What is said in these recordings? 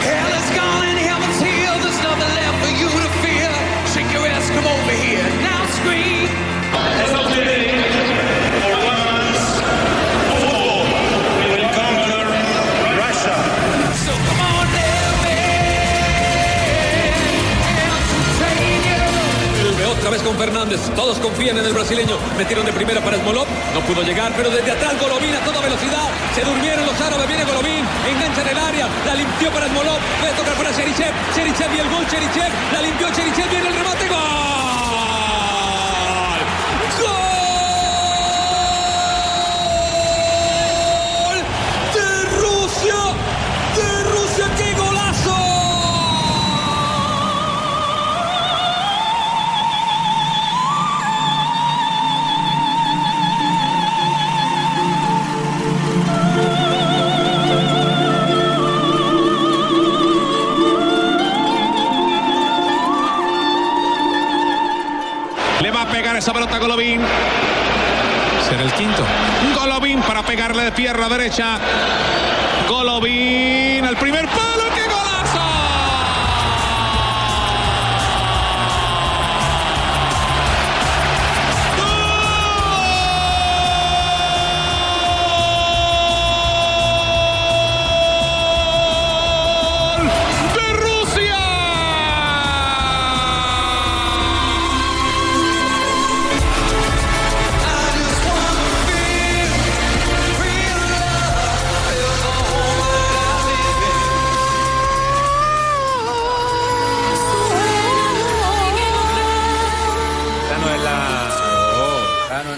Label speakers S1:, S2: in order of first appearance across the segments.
S1: Hell is gone and heaven's here. There's nothing left for you to fear. Shake your ass, come over here. Now scream. So come on, Otra vez con Fernández, todos confían en el brasileño. Metieron de primera para Smolov, no pudo llegar, pero desde atrás Golovin a toda velocidad. Se durmieron los árabes, viene Golovin, engancha en el área, la limpió para Smolov, puede tocar para Cherichev, Cherichev y el gol, Cherichev, la limpió Cherichev, viene el remate, gol. ¡Gol! ¡De Rusia! ¡De Rusia! ¡Qué golazo!
S2: Le va a pegar esa pelota a Golovin. Será el quinto. Golovin para pegarle de pierna derecha. Golovin al primer palo. ¡Qué golazo! ¡Gol de Rusia!
S3: Oh,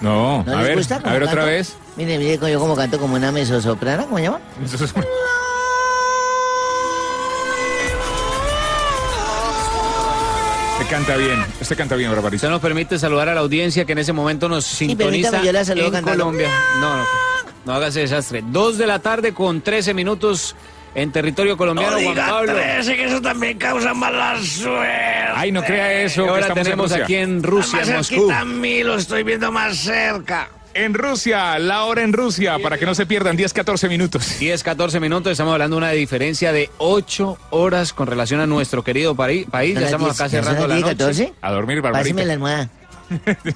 S4: No,
S5: ¿No
S4: a
S5: les
S4: ver,
S5: gusta
S4: a
S5: cómo
S4: ver otra
S5: canto?
S4: vez.
S5: Mire, mire cómo yo como canto como una mezzosoprana, ¿cómo se llama?
S4: Este canta bien, este canta bien, Barbarita.
S3: Usted nos permite saludar a la audiencia que en ese momento nos sintoniza
S5: permítame, yo la saludo
S3: en
S5: cantando.
S3: Colombia. No, no, no haga ese desastre. Dos de la tarde con 13 minutos en territorio colombiano. Juan Pablo.
S1: que eso también causa mala suerte.
S4: Ay, no crea eso. que
S3: Ahora
S4: estamos en
S3: tenemos
S4: Rusia.
S3: aquí en Rusia, en Moscú.
S1: mí, lo estoy viendo más cerca.
S4: En Rusia, la hora en Rusia, para que no se pierdan 10, 14 minutos.
S3: 10, 14 minutos, estamos hablando de una diferencia de 8 horas con relación a nuestro querido pari- país. Ya estamos acá cerrando la noche.
S5: 14?
S4: A dormir,
S5: Páseme la
S4: Barbarita.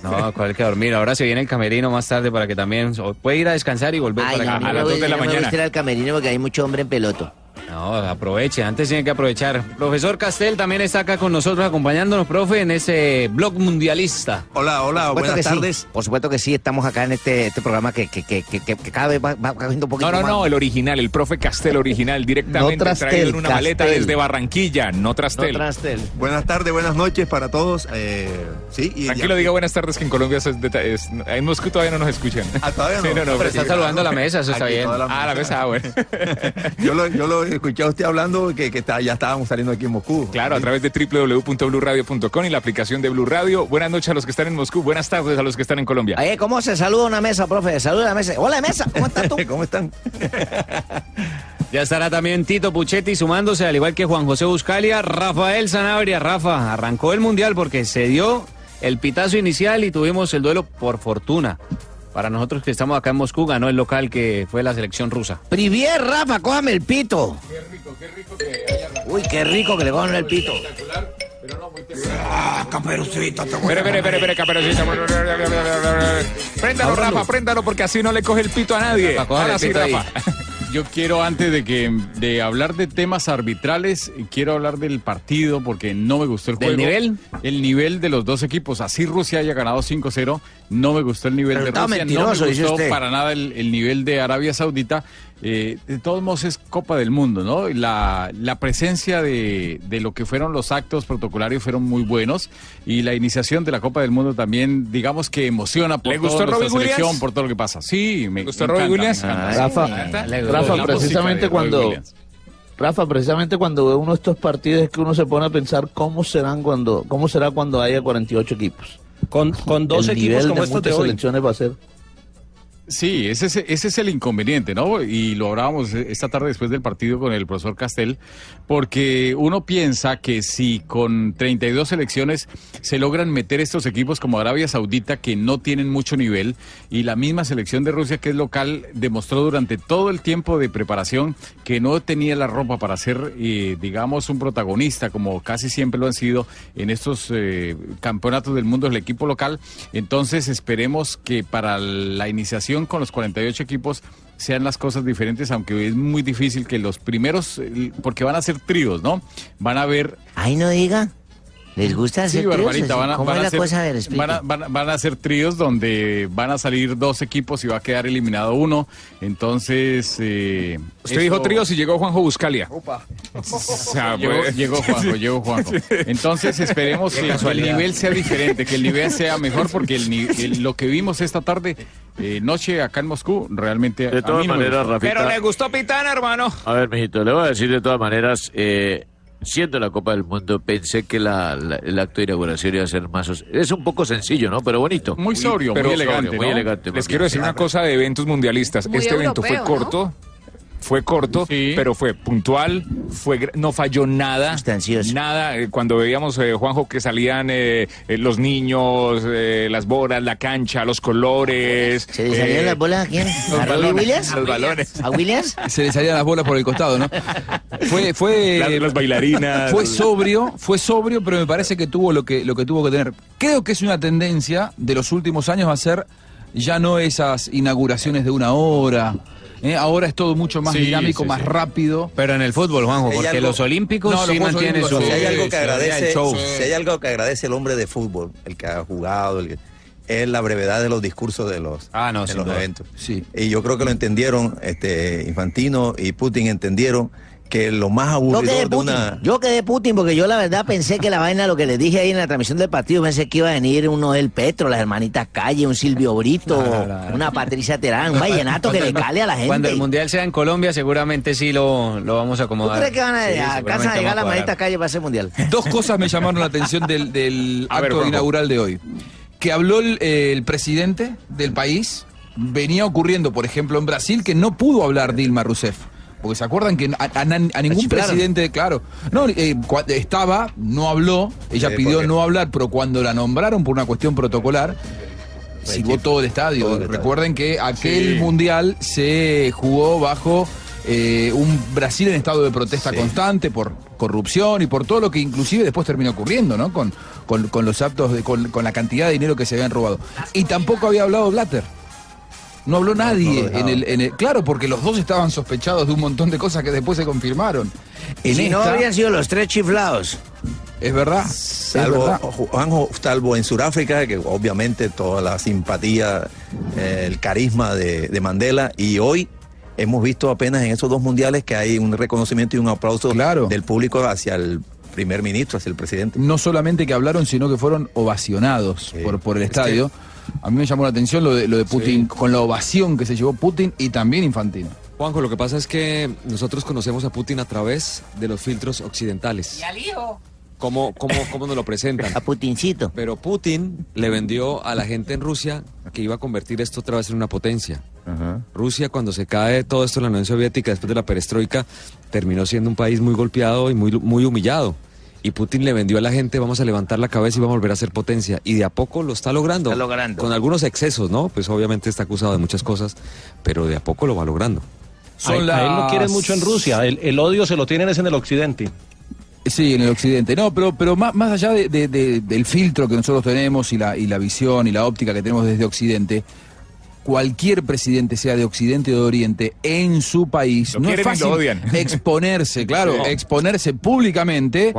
S5: almohada.
S3: No, cuál que dormir. Ahora se viene el camerino más tarde para que también o puede ir a descansar y volver
S5: Ay,
S3: para
S5: no,
S3: acá.
S4: a
S5: no
S4: las
S5: me voy-
S4: dos de la
S5: no me voy a
S4: mañana.
S5: ir al camerino porque hay mucho hombre en peloto.
S3: No, aproveche, antes tiene que aprovechar. Profesor Castel también está acá con nosotros acompañándonos, profe, en ese blog mundialista.
S6: Hola, hola,
S5: Por supuesto
S6: buenas
S5: que sí,
S6: tardes.
S5: Por supuesto que sí, estamos acá en este, este programa que, que, que, que, que cada vez va, va cogiendo un poquito
S4: No, no,
S5: más.
S4: no, el original, el profe Castel original, directamente
S5: Trastel,
S4: traído en una maleta
S5: Castel.
S4: desde Barranquilla, no
S5: No,
S4: Trastel.
S5: Trastel.
S6: Buenas tardes, buenas noches para todos. eh, sí, y
S4: Tranquilo, diga buenas tardes, que en Colombia eso es deta- es- en Moscú todavía no nos escuchan.
S6: Ah, todavía
S4: Sí, no, no,
S3: pero
S4: pero
S3: está saludando a la mesa, eso está
S6: Aquí
S3: bien.
S6: toda
S4: Ah, la mesa, ah, bueno.
S6: Yo lo, yo lo escuché a usted hablando que, que está- ya estábamos saliendo aquí en Moscú.
S4: Claro, a través de www.bluradio.com y la aplicación de Blue Radio. Buenas noches a los que están en Moscú, buenas tardes a los que están en Colombia.
S5: Ay, ¿cómo se saluda una mesa, profe? Saluda a la mesa. Hola, mesa, ¿cómo estás tú?
S6: ¿Cómo están?
S3: Ya estará también Tito Puchetti sumándose, al igual que Juan José Buscalia, Rafael Sanabria. Rafa, arrancó el mundial porque se dio el pitazo inicial y tuvimos el duelo por fortuna. Para nosotros que estamos acá en Moscú, ganó el local que fue la selección rusa.
S5: Privier, Rafa, cójame el pito. Qué rico, qué rico que Uy, qué rico que le cojan el pito.
S4: Espere, espere, espere, espere, caperucita. Préndalo, Rafa, préndalo, porque así no le coge el pito a nadie.
S3: Rafa, coge
S4: Ahora
S3: el
S4: sí,
S3: pito ahí.
S4: Rafa.
S7: Yo quiero antes de que de hablar de temas arbitrales, quiero hablar del partido porque no me gustó el
S3: ¿Del
S7: juego.
S3: nivel?
S7: El nivel de los dos equipos. Así Rusia haya ganado 5-0, No me gustó el nivel
S8: Pero
S7: de
S8: estaba
S7: Rusia, no
S8: mentiroso,
S7: me
S8: dice
S7: gustó
S8: usted.
S7: para nada el, el nivel de Arabia Saudita. Eh, de todos modos es Copa del Mundo, ¿no? Y La, la presencia de, de lo que fueron los actos protocolarios fueron muy buenos y la iniciación de la Copa del Mundo también, digamos que emociona por
S4: ¿Le
S7: todo
S4: gustó
S7: nuestra
S4: Robbie Williams?
S7: selección, por todo lo que pasa. Sí, me,
S4: gustó
S7: me
S4: Robbie
S7: encanta,
S4: Williams?
S7: me encanta.
S9: Rafa,
S7: Sí, me encanta.
S9: Rafa,
S7: La música
S9: precisamente
S7: de Robbie
S9: cuando
S7: Williams.
S9: Rafa, precisamente cuando ve uno de estos partidos es que uno se pone a pensar cómo serán cuando cómo será cuando haya 48 equipos.
S10: Con con dos equipos como estos de hoy.
S9: selecciones va a ser.
S7: Sí, ese es, ese es el inconveniente, ¿no? Y lo hablábamos esta tarde después del partido con el profesor Castel, porque uno piensa que si con 32 selecciones se logran meter estos equipos como Arabia Saudita, que no tienen mucho nivel, y la misma selección de Rusia, que es local, demostró durante todo el tiempo de preparación que no tenía la ropa para ser, eh, digamos, un protagonista, como casi siempre lo han sido en estos eh, campeonatos del mundo, el equipo local. Entonces esperemos que para la iniciación con los 48 equipos sean las cosas diferentes, aunque es muy difícil que los primeros, eh, porque van a ser tríos, ¿no? Van a haber...
S5: Ahí no diga. ¿Les gusta hacer
S7: Sí,
S5: tríos?
S7: Barbarita,
S5: ¿Así?
S7: van a,
S5: ¿Cómo
S7: van
S5: es
S7: a
S5: la
S7: hacer-
S5: cosa? A ver,
S7: van a-
S5: explique.
S7: van a- van a ser tríos donde van a salir dos equipos y va a quedar eliminado uno. Entonces... eh,
S4: Usted dijo
S7: esto-
S4: tríos y llegó Juanjo Buscalia. pues.
S7: llegó, llegó Juanjo, llegó Juanjo. Entonces esperemos
S4: Qué
S7: que el
S4: casualidad.
S7: nivel sea diferente, que el nivel sea mejor, porque el ni- el- lo que vimos esta tarde, eh, noche acá en Moscú, realmente.
S11: De todas maneras, Rafita.
S7: Pero
S4: gustó Pitana, hermano.
S11: A ver, mijito, le voy a decir de todas maneras, eh, siendo la Copa del Mundo, pensé que la, la- el acto de inauguración iba a ser más... os- Es un poco sencillo, ¿no? Pero bonito.
S4: Muy sobrio, muy elegante,
S11: muy
S4: ¿no?
S11: elegante.
S4: Les quiero decir una cosa de eventos mundialistas.
S11: Muy
S4: este evento fue
S11: europeo, ¿no?
S4: corto, fue corto, pero fue puntual, fue gra- no falló nada. Nada. Eh, Cuando veíamos, eh, Juanjo, que salían eh, eh, los niños, eh, las bolas, la cancha, los colores. ¿Se
S5: ¿Le salieron las bolas a quién?
S4: los
S5: ¿A Robbie
S4: balones,
S5: Williams?
S4: los balones.
S5: ¿A Williams?
S12: Se le salían las bolas por el costado, ¿no? Fue, fue.
S4: Las- las bailarinas.
S12: Fue sobrio, fue sobrio, pero me parece que tuvo lo que, lo que tuvo que tener. Creo que es una tendencia de los últimos años a ser ya no esas inauguraciones de una hora. ¿eh? Ahora es todo mucho más
S13: Sí,
S12: dinámico,
S13: sí,
S12: más
S13: sí.
S12: rápido.
S13: Pero en el fútbol, Juanjo,
S12: Hay
S13: porque
S12: algo-
S13: los olímpicos
S12: No, los
S13: sí
S12: Juegos
S13: mantienen su...
S12: Olímpicos
S6: Si hay algo que
S12: Sí,
S6: agradece,
S12: el show.
S6: si hay algo que agradece el hombre de fútbol, el que ha jugado, el que- es la brevedad de los discursos de los,
S14: Ah,
S6: de
S12: sin
S6: los
S12: duda.
S6: eventos. Y yo creo que lo entendieron, este Infantino y Putin entendieron que lo más
S5: Yo
S6: aburridor
S5: quedé,
S6: de
S5: Putin,
S6: una
S5: yo quedé Putin porque yo la verdad pensé que la vaina, lo que les dije ahí en la transmisión del partido, pensé que iba a venir un Noel Petro, las hermanitas Calle, un Silvio Brito, una Patricia Terán, un vallenato que le cale a la gente.
S13: Cuando el Mundial sea en Colombia, seguramente sí lo, lo vamos a
S5: ¿Tú
S13: acomodar.
S5: crees que van a,
S13: Sí,
S5: alcanzan
S13: seguramente
S5: a
S13: vamos
S5: llegar las
S13: cuadrar.
S5: hermanitas Calle para ese mundial?
S12: Dos cosas me llamaron la atención del, del
S5: ver,
S12: acto
S5: Juanjo.
S12: inaugural de hoy. Que habló el, eh, el presidente del país. Venía ocurriendo, por ejemplo, en Brasil, que no pudo hablar Dilma Rousseff. Porque se acuerdan que a, a- a ningún
S3: chiflaron.
S12: presidente, claro. No, eh, cua- estaba, no habló, ella
S3: Sí,
S12: pidió
S3: porque-
S12: no hablar, pero cuando la nombraron por una cuestión protocolar, silbó todo el estadio. Recuerden que aquel
S3: Sí.
S12: mundial se jugó bajo eh, un Brasil en estado de protesta constante por corrupción y por todo lo que inclusive después terminó ocurriendo, ¿no? Con, con, con los actos, de- con, con la cantidad de dinero que se habían robado. Y tampoco había hablado Blatter. No habló nadie
S3: no lo
S12: en, el, en el- Claro, porque los dos estaban sospechados de un montón de cosas que después se confirmaron.
S8: Y si no habrían
S12: sido los tres chiflados. Es verdad.
S6: salvo Juanjo, salvo en Sudáfrica, que obviamente toda la simpatía, eh, el carisma de, de Mandela, y hoy hemos visto apenas en esos dos mundiales que hay un reconocimiento y un aplauso del público hacia el primer ministro, hacia el presidente.
S12: no solamente que hablaron, sino que fueron ovacionados por, por el estadio. A mí me llamó la atención lo de, lo de Putin, con la ovación que se llevó Putin y también Infantino.
S14: Juanjo, lo que pasa es que nosotros conocemos a Putin a través de los filtros occidentales. ¿Cómo, cómo, cómo nos lo presentan? A
S5: Putincito.
S14: Pero Putin le vendió a la gente en Rusia que iba a convertir esto otra vez en una potencia. Rusia, cuando se cae todo esto en la Unión Soviética después de la perestroika, terminó siendo un país muy golpeado y muy, muy humillado. Y Putin le vendió a la gente, vamos a levantar la cabeza y vamos a volver a ser potencia. Y de a poco lo está logrando. Con algunos excesos, ¿no? Pues obviamente está acusado de muchas cosas, pero de a poco lo va logrando.
S10: A él, a él lo quieren mucho en Rusia. El, el odio se lo tienen es en el occidente.
S12: Sí, en el occidente. No, pero, pero más, más allá de- de- de- del filtro que nosotros tenemos y la, y la visión y la óptica que tenemos desde occidente, cualquier presidente, sea de occidente o de oriente, en su país,
S4: Lo
S12: no es
S4: quieren y
S12: fácil
S4: lo odian.
S12: exponerse, claro,
S4: Sí.
S12: exponerse públicamente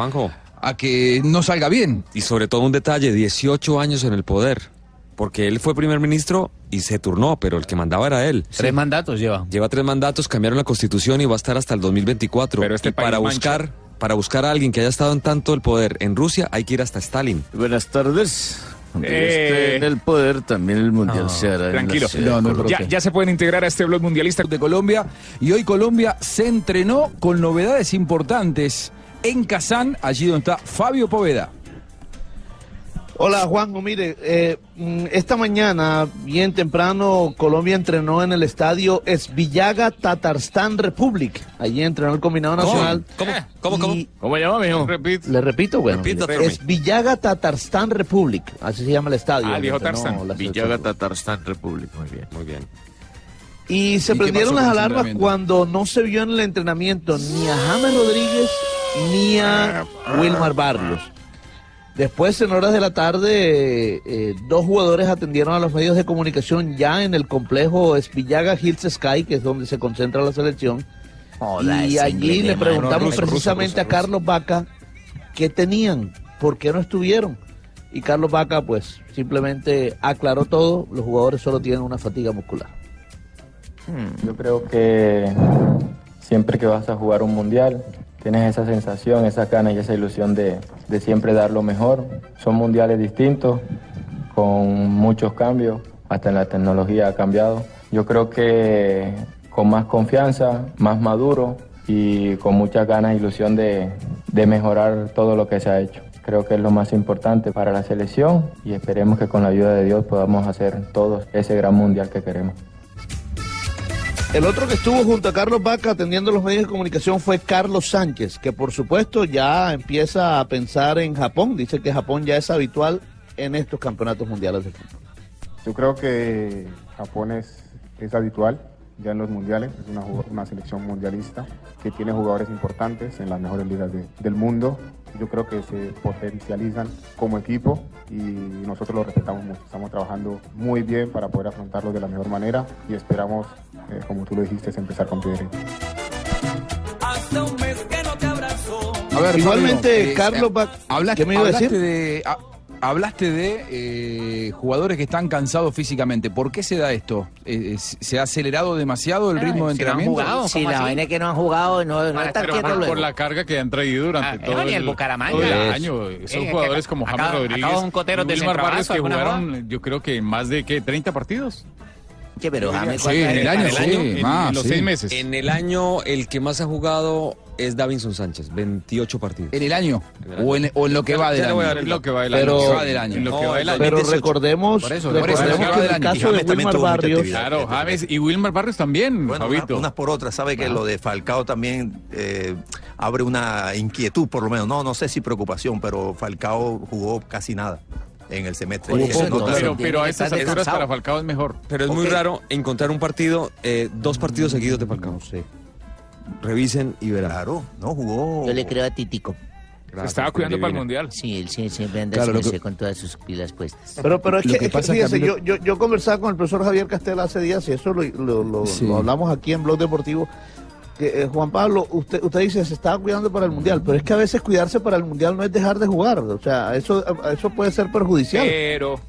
S12: a que no salga bien.
S14: Y sobre todo un detalle, 18 años en el poder. Porque él fue primer ministro y se turnó, pero el que mandaba era él.
S15: Tres mandatos lleva.
S14: Lleva tres mandatos, cambiaron la constitución y va a estar hasta el 2024. Pero este para
S3: país mancha.
S14: buscar para buscar a alguien que haya estado en tanto el poder en Rusia, hay que ir hasta Stalin.
S11: Buenas tardes. Aunque yo esté en el poder, también el mundial se hará. en la
S4: Tranquilo.
S11: ciudad de Colombia.
S4: ya, ya se pueden integrar a este blog mundialista.
S12: de Colombia y hoy Colombia se entrenó con novedades importantes en Kazán, allí donde está Fabio Poveda.
S9: Hola Juanjo, mire, eh, mm, esta mañana, bien temprano, Colombia entrenó en el estadio Esvillaga Tatarstán Republic. Allí entrenó el combinado nacional.
S14: ¿Cómo? ¿Cómo? ¿Cómo?
S9: ¿Cómo llama, mijo? Le repito, bueno.
S11: Repita,
S9: mire,
S11: Tommy.
S9: Esvillaga Tatarstán Republic. Así se llama el estadio.
S11: Ah,
S9: donde
S11: viejo
S9: entrenó
S11: Tarzán.
S9: la
S11: Villaga Tatarstán República. Muy bien. Muy bien.
S9: Y se
S11: ¿Y qué
S9: prendieron
S11: pasó
S9: las
S11: con el
S9: alarmas
S11: entrenamiento?
S9: cuando no se vio en el entrenamiento ni a James Rodríguez ni a Wilmar Barrios. Después, en horas de la tarde, eh, dos jugadores atendieron a los medios de comunicación ya en el complejo Espillaga Hills Sky, que es donde se concentra la selección. y
S5: ese
S9: allí
S5: inglés
S9: le
S5: de
S9: preguntamos
S5: mano. Ruso, ruso,
S9: precisamente a Carlos Vaca qué tenían, por qué no estuvieron. Y Carlos Vaca, pues, simplemente aclaró todo. Los jugadores solo tienen una fatiga muscular.
S16: Yo creo que siempre que vas a jugar un mundial, tienes esa sensación, esa gana y esa ilusión de, de siempre dar lo mejor. Son mundiales distintos, con muchos cambios, hasta en la tecnología ha cambiado. Yo creo que con más confianza, más maduro y con muchas ganas e ilusión de, de mejorar todo lo que se ha hecho. Creo que es lo más importante para la selección y esperemos que con la ayuda de Dios podamos hacer todos ese gran mundial que queremos.
S9: El otro que estuvo junto a Carlos Vaca atendiendo los medios de comunicación fue Carlos Sánchez, que por supuesto ya empieza a pensar en Japón. Dice que Japón ya es habitual en estos campeonatos mundiales de fútbol.
S17: Yo creo que Japón es, es habitual ya en los mundiales, es una, jug- una selección mundialista que tiene jugadores importantes en las mejores ligas de- del mundo. Yo creo que se potencializan como equipo y nosotros lo respetamos mucho. Estamos trabajando muy bien para poder afrontarlos de la mejor manera y esperamos, eh, como tú lo dijiste, empezar con pie derecho.
S12: A ver,
S9: Igualmente,
S12: Fabio, eh,
S9: Carlos Ba-
S12: hablaste,
S9: ¿qué me iba a
S12: hablaste
S9: decir?
S12: de ha- hablaste de eh, jugadores que están cansados físicamente. ¿Por qué se da esto? Eh, eh, ¿Se ha acelerado demasiado el ritmo de entrenamiento?
S5: Sí, la vaina es que no han jugado, no, no están
S7: Pero
S5: quietos
S7: por,
S5: luego.
S7: por la carga que han traído durante
S5: Ah,
S7: todo,
S5: y el
S7: el,
S5: Bucaramanga.
S7: todo el
S5: Eso.
S7: año.
S5: Sí, es
S7: Son
S5: que
S7: jugadores como
S5: acaba-
S7: James Rodríguez.
S5: acaba un cotero de
S7: y Wilmar
S5: centroavanzo,
S7: Barrios que
S5: alguna
S7: jugaron, yo creo que más de ¿qué? 30 partidos.
S5: Que pero
S7: James, Sí, en el año, sí,
S14: en-
S7: más,
S14: en los
S7: sí.
S14: seis meses. En el año, el que más ha jugado es Davinson Sánchez, 28 partidos.
S12: ¿En el año? ¿O en, o en lo que va del año?
S14: Pero-
S12: Lo que va del año.
S14: No,
S9: Pero recordemos,
S12: Por eso, por eso,
S9: recordemos que
S12: lo
S9: en
S12: que va
S9: el
S12: del año.
S9: caso de Wilmar Barrios,
S7: Claro, James y Wilmar Barrios también,
S6: Bueno, una- unas por otras, sabe que lo de Falcao también eh, abre una inquietud, por lo menos. No, no sé si preocupación, pero Falcao jugó casi nada en el semestre. Y eso es notable.
S7: pero, pero a estas
S6: Está
S7: alturas
S6: descansado.
S7: para Falcao es mejor.
S14: Pero es muy
S7: Ok.
S14: raro encontrar un partido, eh, dos partidos seguidos de Falcao. Revisen y verán.
S6: Claro, no jugó.
S5: Yo le creo a Titico.
S14: Gracias, estaba cuidando para el divina.
S5: mundial. Sí, él sí- siempre anda
S14: Claro, lo
S5: descansé con todas sus pilas puestas.
S9: Pero, pero es que, es que fíjese,
S5: Camilo-
S9: yo, yo, yo conversaba con el profesor Javier Castell hace días y eso lo, lo- lo-
S5: Sí.
S9: lo hablamos aquí en Blog Deportivo. Que, eh, Juan Pablo, usted, usted dice se estaba cuidando para el Mundial, pero es que a veces cuidarse para el Mundial no es dejar de jugar. O sea, eso, eso puede ser perjudicial.
S4: Pero,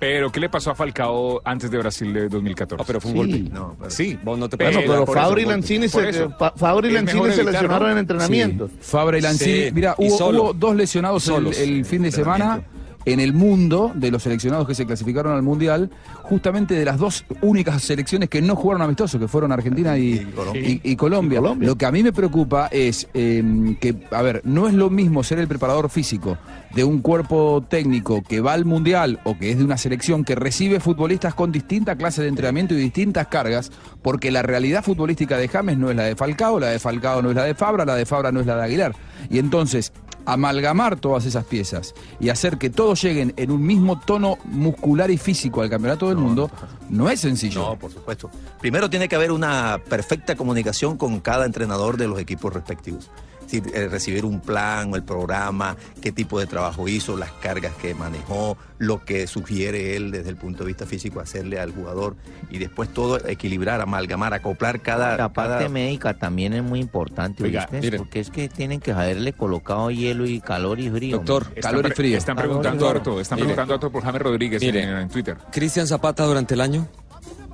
S4: pero, ¿qué le pasó a Falcao antes de Brasil de 2014? pero
S9: fue un Sí. golpe.
S4: sí. Vos no te
S9: Bueno, pero Fabri y Lanzini se, Fa- Fabri y Lanzini se lesionaron en entrenamiento.
S12: Fabra y Lanzini. Mira, hubo, hubo dos lesionados el-
S9: Solos.
S12: el, fin de semana en el mundo de los seleccionados que se clasificaron al Mundial, justamente de las dos únicas selecciones que no jugaron amistosos, que fueron Argentina y,
S6: Colombia.
S12: y- y Colombia. Lo que a mí me preocupa es eh, que, a ver, no es lo mismo ser el preparador físico de un cuerpo técnico que va al Mundial o que es de una selección que recibe futbolistas con distintas clases de entrenamiento y distintas cargas, porque la realidad futbolística de James no es la de Falcao, la de Falcao no es la de Fabra, la de Fabra no es la de Aguilar. Y entonces, amalgamar todas esas piezas y hacer que todos lleguen en un mismo tono muscular y físico al Campeonato del Mundo, no es sencillo.
S6: No, por supuesto. Primero tiene que haber una perfecta comunicación con cada entrenador de los equipos respectivos. sí, eh, recibir un plan o el programa, qué tipo de trabajo hizo, las cargas que manejó, lo que sugiere él desde el punto de vista físico hacerle al jugador y después todo equilibrar, amalgamar, acoplar cada...
S5: La parte
S6: cada-
S5: médica también es muy importante,
S6: Oiga,
S5: ¿oíste?
S6: miren.
S5: Porque es que tienen que haberle colocado hielo y calor y frío.
S14: Doctor,
S5: hombre.
S14: calor y frío.
S4: Están preguntando a
S14: Calor y
S4: Orto, están
S14: Mire.
S4: preguntando a Orto por James Rodríguez
S14: Mire.
S4: en, en Twitter.
S14: Cristian Zapata durante el año,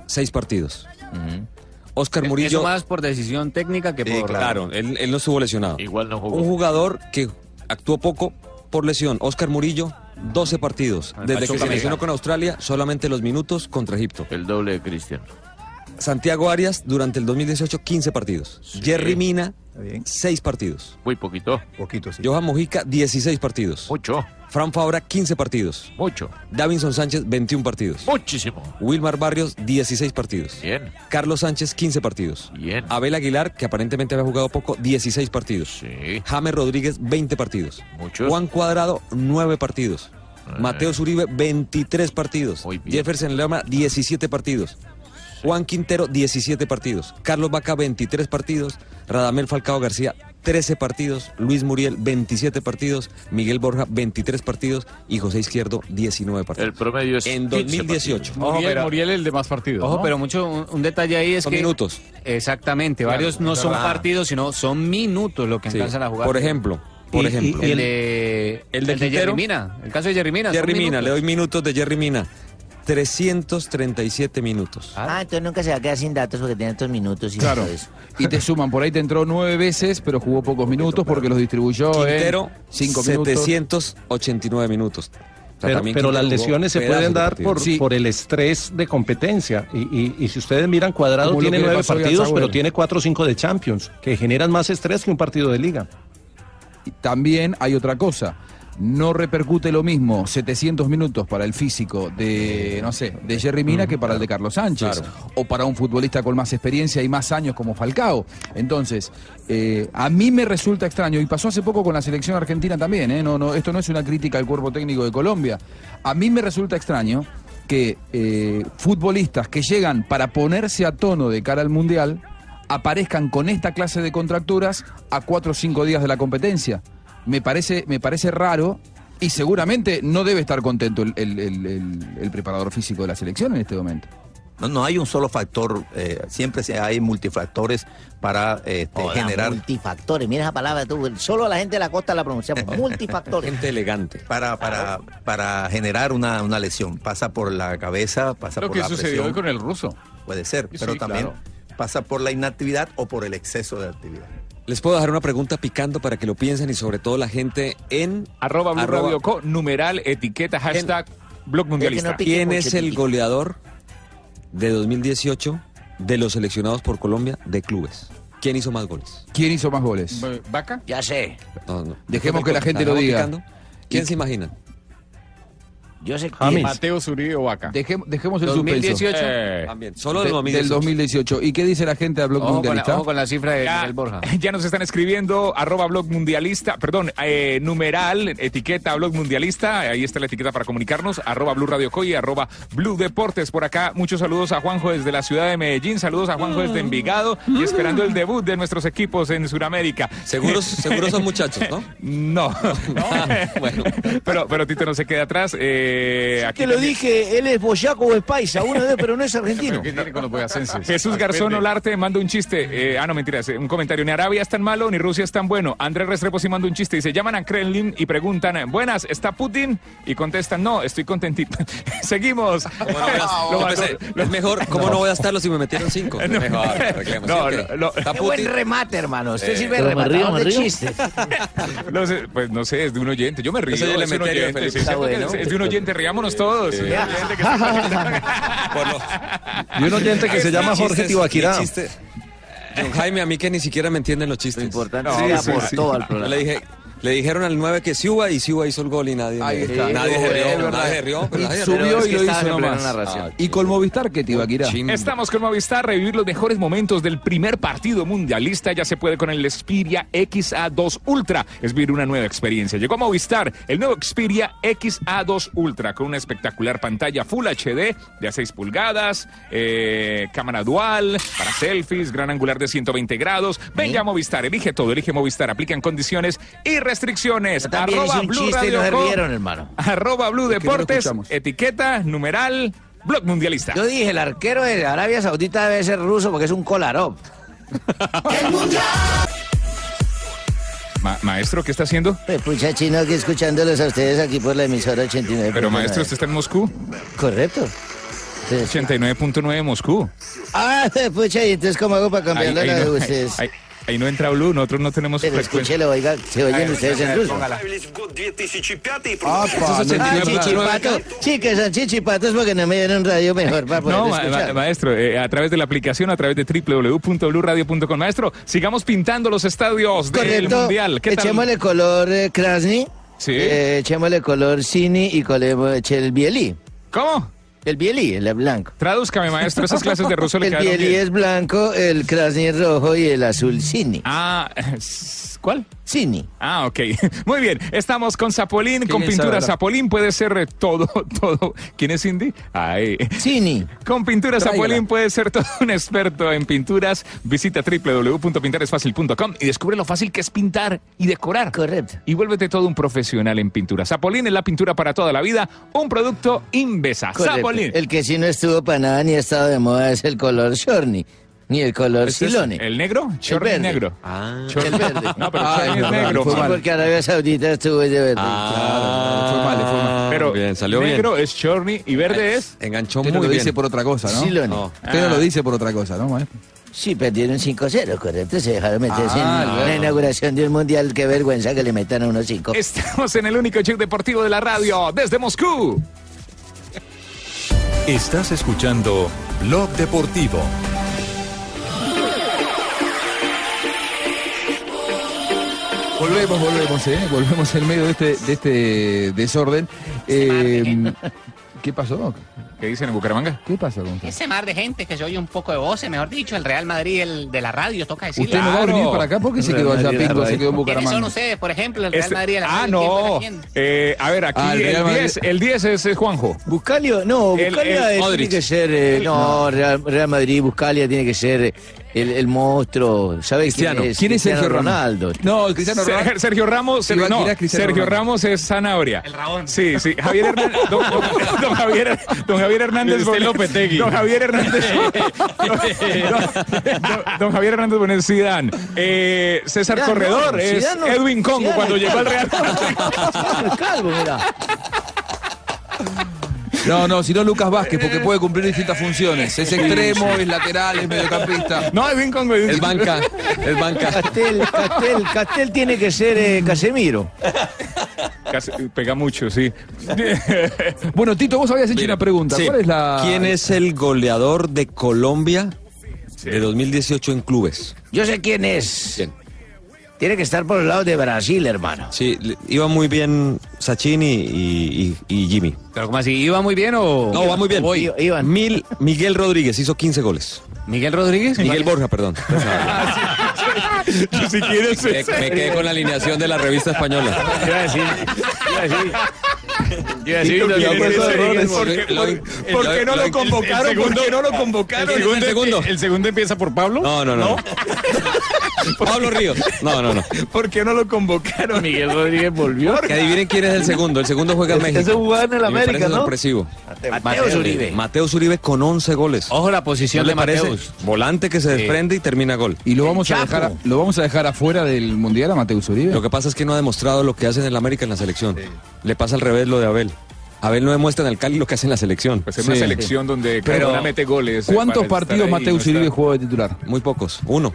S14: seis partidos.
S12: Eh,
S14: Oscar Murillo.
S13: Eso más por decisión técnica que
S14: Sí,
S13: por.
S14: Eh, claro, él, él no estuvo lesionado.
S11: Igual no
S14: Un jugador que actuó poco por lesión, Oscar Murillo, 12 partidos.
S11: Ah,
S14: Desde
S11: Pachuca
S14: que se lesionó
S11: Mexicano.
S14: con Australia, solamente los minutos contra Egipto.
S11: El doble de Cristian.
S14: Santiago Arias, durante el 2018, 15 partidos. Jerry Mina, 6 partidos.
S11: Muy poquito.
S6: Poquito, sí.
S14: Johan Mojica, 16 partidos.
S11: Mucho.
S14: Fran Fabra, 15 partidos.
S11: Mucho.
S14: Davinson Sánchez, 21 partidos.
S11: Muchísimo.
S14: Wilmar Barrios, 16 partidos.
S11: Bien.
S14: Carlos Sánchez, 15 partidos.
S11: Bien.
S14: Abel Aguilar, que aparentemente había jugado poco, 16 partidos. James Rodríguez, 20 partidos. Juan Cuadrado, 9 partidos.
S11: Eh.
S14: Mateo Zuribe, 23 partidos. Jefferson Leoma, 17 partidos. Juan Quintero, 17 partidos. Carlos Vaca, 23 partidos. Radamel Falcao García, 13 partidos. Luis Muriel, 27 partidos. Miguel Borja, 23 partidos. Y José Izquierdo, 19 partidos.
S11: El promedio es
S14: En 2018.
S7: Muriel, Muriel el de más partidos.
S13: Ojo,
S7: ¿no?
S13: pero mucho, un, un detalle ahí es
S14: Son
S13: que.
S14: minutos.
S13: Exactamente,
S14: Claro,
S13: varios no
S14: es
S3: Ah.
S13: son
S14: verdad.
S13: partidos, sino son minutos lo que
S14: Sí.
S13: alcanzan a jugar.
S14: Por ejemplo, por
S13: Y- y-
S14: ejemplo.
S13: y el de,
S14: el de
S13: el de
S14: Quintero.
S13: Jerry Mina, el caso de Jerry Mina. son
S14: Jerry Mina,
S13: minutos.
S14: le doy minutos de Jerry Mina. 337 minutos.
S5: Ah, entonces nunca se va a quedar sin datos porque tiene estos minutos y
S12: Claro.
S5: todo eso.
S12: Y te suman, por ahí te entró nueve veces, pero jugó pocos minutos porque los distribuyó
S14: Quintero,
S12: en cinco minutos.
S14: 789 minutos. O sea,
S10: Pero,
S14: también
S10: pero
S14: Quintero
S10: las
S14: jugó
S10: lesiones se
S14: pedazos
S10: pueden
S14: de
S10: dar
S14: partidos.
S10: por, por el estrés de competencia. Y, y- y si ustedes miran, Cuadrado
S12: Como lo
S10: tiene
S12: que le
S10: nueve
S12: pasó hoy a
S10: partidos, pero
S12: Saúl.
S10: tiene cuatro o cinco de Champions, que generan más estrés que un partido de liga.
S12: Y También hay otra cosa. No repercute lo mismo 700 minutos para el físico de, no sé, de Jerry Mina que para el de Carlos Sánchez. O para un futbolista con más experiencia y más años como Falcao. Entonces, eh, a mí me resulta extraño, y pasó hace poco con la selección argentina también, ¿eh? no, no, esto no es una crítica al cuerpo técnico de Colombia. A mí me resulta extraño que eh, futbolistas que llegan para ponerse a tono de cara al Mundial aparezcan con esta clase de contracturas a cuatro o cinco días de la competencia. Me parece, me parece raro y seguramente no debe estar contento el, el- el- el- el preparador físico de la selección en este momento.
S6: No, no hay un solo factor, eh, siempre se- hay multifactores para este,
S5: Hola,
S6: generar...
S5: Multifactores, mira esa palabra tú. Solo la gente de la costa la pronunciamos. Multifactores.
S14: Gente elegante.
S6: Para, para, para generar una, una lesión. Pasa por la cabeza, pasa
S7: Lo
S6: por
S7: que
S6: la
S7: sucedió
S6: presión.
S7: hoy con el ruso.
S6: Puede ser,
S7: Sí,
S6: pero
S7: sí,
S6: también pasa por la inactividad o por el exceso de actividad.
S14: Les puedo dejar una pregunta picando para que lo piensen y sobre todo la gente en
S4: Arroba Blue
S14: Arroba-
S4: Radio Co, numeral, etiqueta, hashtag, blog mundialista.
S14: ¿Quién es el goleador de 2018 de los seleccionados por Colombia de clubes? ¿Quién hizo más goles?
S12: ¿Quién hizo más goles?
S4: ¿Vaca?
S5: Ya sé.
S14: No, no.
S12: Dejemos que la gente lo diga.
S14: Picando. ¿Quién se imagina?
S5: Yo sé
S12: James. Eh,
S4: Mateo Zuribe o Vaca.
S12: Dejem- dejemos el suspenso.
S4: Eh.
S14: También, solo
S12: De-
S14: del
S12: del
S14: 2018.
S12: 2018. ¿Y qué dice la gente del blog
S4: Ojo con, la,
S12: mundialista?
S4: ojo con la cifra de Miguel Borja. Ya nos están escribiendo arroba blog mundialista, perdón, eh, numeral, etiqueta blog mundialista. Ahí está la etiqueta para comunicarnos. Arroba blue radio co y arroba blue deportes. Por acá, muchos saludos a Juanjo desde la ciudad de Medellín. Saludos a Juanjo desde Envigado y esperando el debut de nuestros equipos en Sudamérica.
S14: Seguros, seguros son muchachos, ¿no?
S4: No. Pero, pero Tito no se queda atrás. Eh, aquí
S8: Te lo
S4: también-
S8: dije, él es boyaco o es paisa, uno de pero no es argentino.
S4: Jesús Garzón Olarte manda un chiste. Eh, ah, no, mentiras. eh, Un comentario. Ni Arabia es tan malo, ni Rusia es tan bueno. Andrés Restrepo sí manda un chiste. Dice, llaman a Kremlin y preguntan, eh, buenas, ¿está Putin? Y contestan, no, estoy contentito. Seguimos. Lo
S14: Yo
S4: mató-
S14: pensé,
S4: lo-
S14: es mejor, ¿cómo no. voy a estarlo si me metieron cinco?
S4: No.
S14: Mejor, arreglemos,
S4: No,
S14: ¿sí o
S4: no,
S14: qué?
S4: no.
S14: Está
S5: Qué
S14: Putin.
S5: buen remate, hermano. Usted
S14: Eh,
S5: sirve de
S14: pero me
S5: rematador de
S14: río, me río.
S5: chistes.
S4: No sé, pues no sé, es de un oyente. Yo me río.
S14: soy el
S4: es, un
S14: Emeterio de
S4: oyente, sí,
S14: Felipe.
S4: ¿cierto que
S14: Está
S4: es-
S14: bueno.
S4: es de un oyente, riámonos todos. Es de un oyente que se-
S10: Y un oyente que se llama
S14: Mi chiste
S10: Jorge
S14: es-
S10: Tibaquirá.
S14: mi chiste- Don Jaime, a mí que ni siquiera me entienden los chistes. importante
S10: es que aportó al programa.
S14: Le dije... Le dijeron al 9 que Siuba y Siuba hizo el gol y nadie.
S12: Ahí está.
S14: Nadie
S12: Sí,
S14: se rió,
S12: es verdad.
S14: nadie se rió, pero
S12: Y
S14: nadie se rió.
S12: subió
S14: Es
S12: y
S14: que
S12: lo
S14: estabas
S12: hizo
S14: en plena
S12: nomás. Ah,
S14: narración.
S12: Y con Movistar, ¿qué te iba a quitar?
S4: Estamos con Movistar, revivir los mejores momentos del primer partido mundialista. Ya se puede con el Xperia XA2 Ultra. Es vivir una nueva experiencia. Llegó a Movistar el nuevo Xperia XA2 Ultra con una espectacular pantalla Full HD de a 6 pulgadas, eh, cámara dual para selfies, gran angular de de 120 grados. Venga a Movistar, elige todo, elige Movistar. Aplican condiciones y restricciones.
S8: también hice un chiste y no se
S4: Co,
S8: rieron, hermano.
S4: Arroba Blue
S8: Es que no lo
S4: Deportes,
S8: escuchamos.
S4: etiqueta, numeral, blog mundialista.
S8: Yo dije, el arquero de Arabia Saudita debe ser ruso porque es un Kolarov.
S4: Ma- maestro, ¿qué está haciendo?
S5: Pues pucha chino aquí escuchándolos a ustedes aquí por la emisora 89.
S4: Pero maestro, ¿usted está en Moscú?
S5: Correcto.
S4: 89.9 Moscú.
S5: Ah, pucha, y entonces ¿cómo hago para cambiarla
S4: Ahí-
S5: la
S4: ahí
S5: de
S4: no-
S5: ustedes?
S4: ahí- ahí no entra Blue, nosotros no tenemos
S5: Pero
S4: frecuencia.
S5: escúchelo, oiga, se oyen
S4: Ahí,
S5: ustedes en ruso.
S4: póngala.
S5: Ah, chichipatos. Sí, que son chichipatos porque no me dieron radio mejor para poder
S4: No, ma- ma-
S5: escuchar.
S4: maestro, eh, a través de la aplicación, a través de www.bluradio.com. Maestro, sigamos pintando los estadios del
S5: Correcto.
S4: Eh, Mundial. ¿Qué tal?
S5: Echémosle color eh, Krasny.
S4: Sí.
S5: eh, echémosle color Cini y colemos el Bielí.
S4: ¿Cómo?
S5: El Bielí, el blanco.
S4: Tradúzcame, maestro, esas clases de ruso le
S5: El
S4: quedaron
S5: Bielí
S4: bien.
S5: es blanco, el Krasny es rojo y el azul Cini.
S4: Ah, ¿cuál?
S5: Cini.
S4: Ah, ok. Muy bien. Estamos con Zapolín, con
S5: es
S4: pintura
S5: ahora?
S4: Zapolín. Puede ser eh, todo, todo. ¿Quién es Cindy? Ay.
S5: Cini.
S4: Con pintura
S5: Tráigala.
S4: Zapolín puede ser todo un experto en pinturas. Visita www.pintaresfacil.com y descubre lo fácil que es pintar y decorar.
S5: Correcto.
S4: Y vuélvete todo un profesional en pintura. Zapolín es la pintura para toda la vida. Un producto Invesa.
S5: Correcto.
S4: Zapolín.
S5: El que sí no estuvo para nada ni ha estado de moda es el color Shorny, ni el color
S4: Este es
S5: Silone.
S4: ¿El negro? Chorri
S5: verde.
S4: negro.
S5: Ah,
S4: Chorri-
S5: el verde.
S4: No, pero Chorri Ah, es negro.
S5: Sí,
S4: man.
S5: porque Arabia Saudita estuvo de verde.
S14: fue mal, fue mal.
S4: Ah, Pero
S14: Ah, bien, salió
S4: negro
S14: bien.
S4: es Chorny y verde es.
S14: Enganchó
S12: Usted no
S14: muy
S12: lo dice
S14: bien.
S12: por otra cosa, ¿no?
S5: Sí, Loni.
S12: No. Usted no
S5: Ah.
S12: lo dice por otra cosa, ¿no, maestro?
S5: Sí, perdieron 5-0, correcto. Se dejaron meterse
S12: Ah,
S5: en
S12: bueno.
S5: la inauguración de un mundial. Qué vergüenza que le metan a unos 5.
S4: Estamos en el único show deportivo de la radio desde Moscú.
S18: Estás escuchando Blog Deportivo.
S12: Volvemos, volvemos, ¿eh? Volvemos en medio de este, de este desorden. Eh, ¿Qué pasó?
S4: ¿Qué dicen en Bucaramanga?
S12: ¿Qué pasa con
S19: Ese mar de gente que se oye un poco de voces, mejor dicho, el Real Madrid el de la radio, toca decirlo.
S12: Usted no va a venir para acá porque se quedó allá, Pingo, se quedó en
S19: ¿Quiénes son
S12: Bucaramanga.
S19: ustedes, por ejemplo, el Real
S4: Este-
S19: Madrid de la
S4: ah,
S19: radio? ¿Quién juega
S4: no.
S19: quién?
S4: Eh, a ver, aquí
S12: Ah, el Real
S4: el
S12: Madrid.
S4: 10 el 10 es, es Juanjo.
S5: Buscalia, no,
S4: El-
S5: Buscalia
S4: el
S5: es- tiene
S4: Modric.
S5: que ser. eh, no, Real, Real Madrid, Buscalia tiene que ser eh, el, el monstruo. ¿Sabes
S12: Cristiano.
S5: quién es?
S12: ¿Quién es Sergio Ramos?
S5: Ronaldo.
S12: No, Cristiano
S4: Ser-
S12: Ronaldo.
S4: Sergio Ramos,
S12: Iván
S4: no,
S12: Quirás, Cristiano
S4: Sergio
S12: Ronaldo.
S4: Ramos es Zanabria. El Rabón. Sí, sí. Javier Hernández, don, don- don Javier, don Javier Hernández
S20: Este
S4: Bonet-
S20: Lopetegui.
S4: Don Javier Hernández. Don Javier Hernández Bonet Zidane. Eh, César
S5: Zidane,
S4: Corredor
S5: no,
S4: es
S5: Zidane no.
S4: Edwin Congo
S5: Zidane
S4: cuando
S5: es
S4: llegó al
S5: calvo.
S4: Real Madrid.
S5: Calvo, mira.
S12: No, no, sino Lucas Vázquez, porque puede cumplir distintas funciones. Es extremo, es lateral, es mediocampista.
S4: No, Edwin Congo es
S12: Es banca, es banca.
S5: Castel, Castel, Castel tiene que ser eh, Casemiro.
S4: Casi- Pega mucho, sí.
S12: Bueno, Tito, vos habías hecho una pregunta.
S14: Sí.
S12: ¿Cuál es la...?
S14: ¿Quién es el goleador de Colombia de 2018 en clubes?
S8: Yo sé quién es. Tiene que estar por el lado de Brasil, hermano.
S14: Sí, le- iba muy bien Sachin y, y- y- y Jimmy.
S13: Pero como así, ¿iba muy bien o...?
S14: No, va muy bien.
S13: Voy.
S14: Mil, Miguel Rodríguez hizo 15 goles.
S13: ¿Miguel Rodríguez?
S14: Miguel Borja, perdón.
S4: si quieres...
S14: Me, me quedé con la alineación de la revista española.
S4: Tito,
S14: lo-
S4: ¿quién es
S14: lo-
S4: ese?
S14: lo-
S4: ¿Por qué-
S14: lo-
S4: por- ¿Por qué no
S14: lo-
S4: lo
S14: el-
S4: convocaron?
S14: el
S4: ¿Por qué
S14: segundo-
S4: no lo convocaron?
S14: el segundo- el segundo.
S4: ¿El segundo empieza por Pablo?
S14: No, no, no. Pablo Ríos. No, no, no.
S4: ¿Por qué no lo convocaron?
S14: Miguel Rodríguez volvió. Que adivinen quién es el segundo. El segundo juega en
S9: Ese-
S14: México.
S9: ese jugaba en el
S14: Y me
S9: América,
S14: parece
S9: ¿no?
S14: sorpresivo.
S9: Mateus Uribe.
S14: Mateus Uribe con 11 goles.
S13: Ojo la posición
S14: ¿No le
S13: de
S14: parece?
S13: Mateus.
S14: Volante que se
S13: Sí.
S14: desprende y termina gol.
S12: Y lo vamos, a dejar, lo vamos a dejar afuera del Mundial a Mateus Uribe.
S14: Lo que pasa es que no ha demostrado lo que hace en el América en la selección. Le pasa al revés lo de Abel. Abel no demuestra en el Cali lo que hace en la selección.
S4: Pues es una
S14: Sí.
S4: selección donde cada
S14: Pero-
S4: una mete goles. eh,
S12: ¿Cuántos
S4: para estar
S12: partidos
S4: ahí,
S12: Mateus
S4: no
S12: Uribe
S4: está.
S12: jugó de titular?
S14: Muy pocos, uno.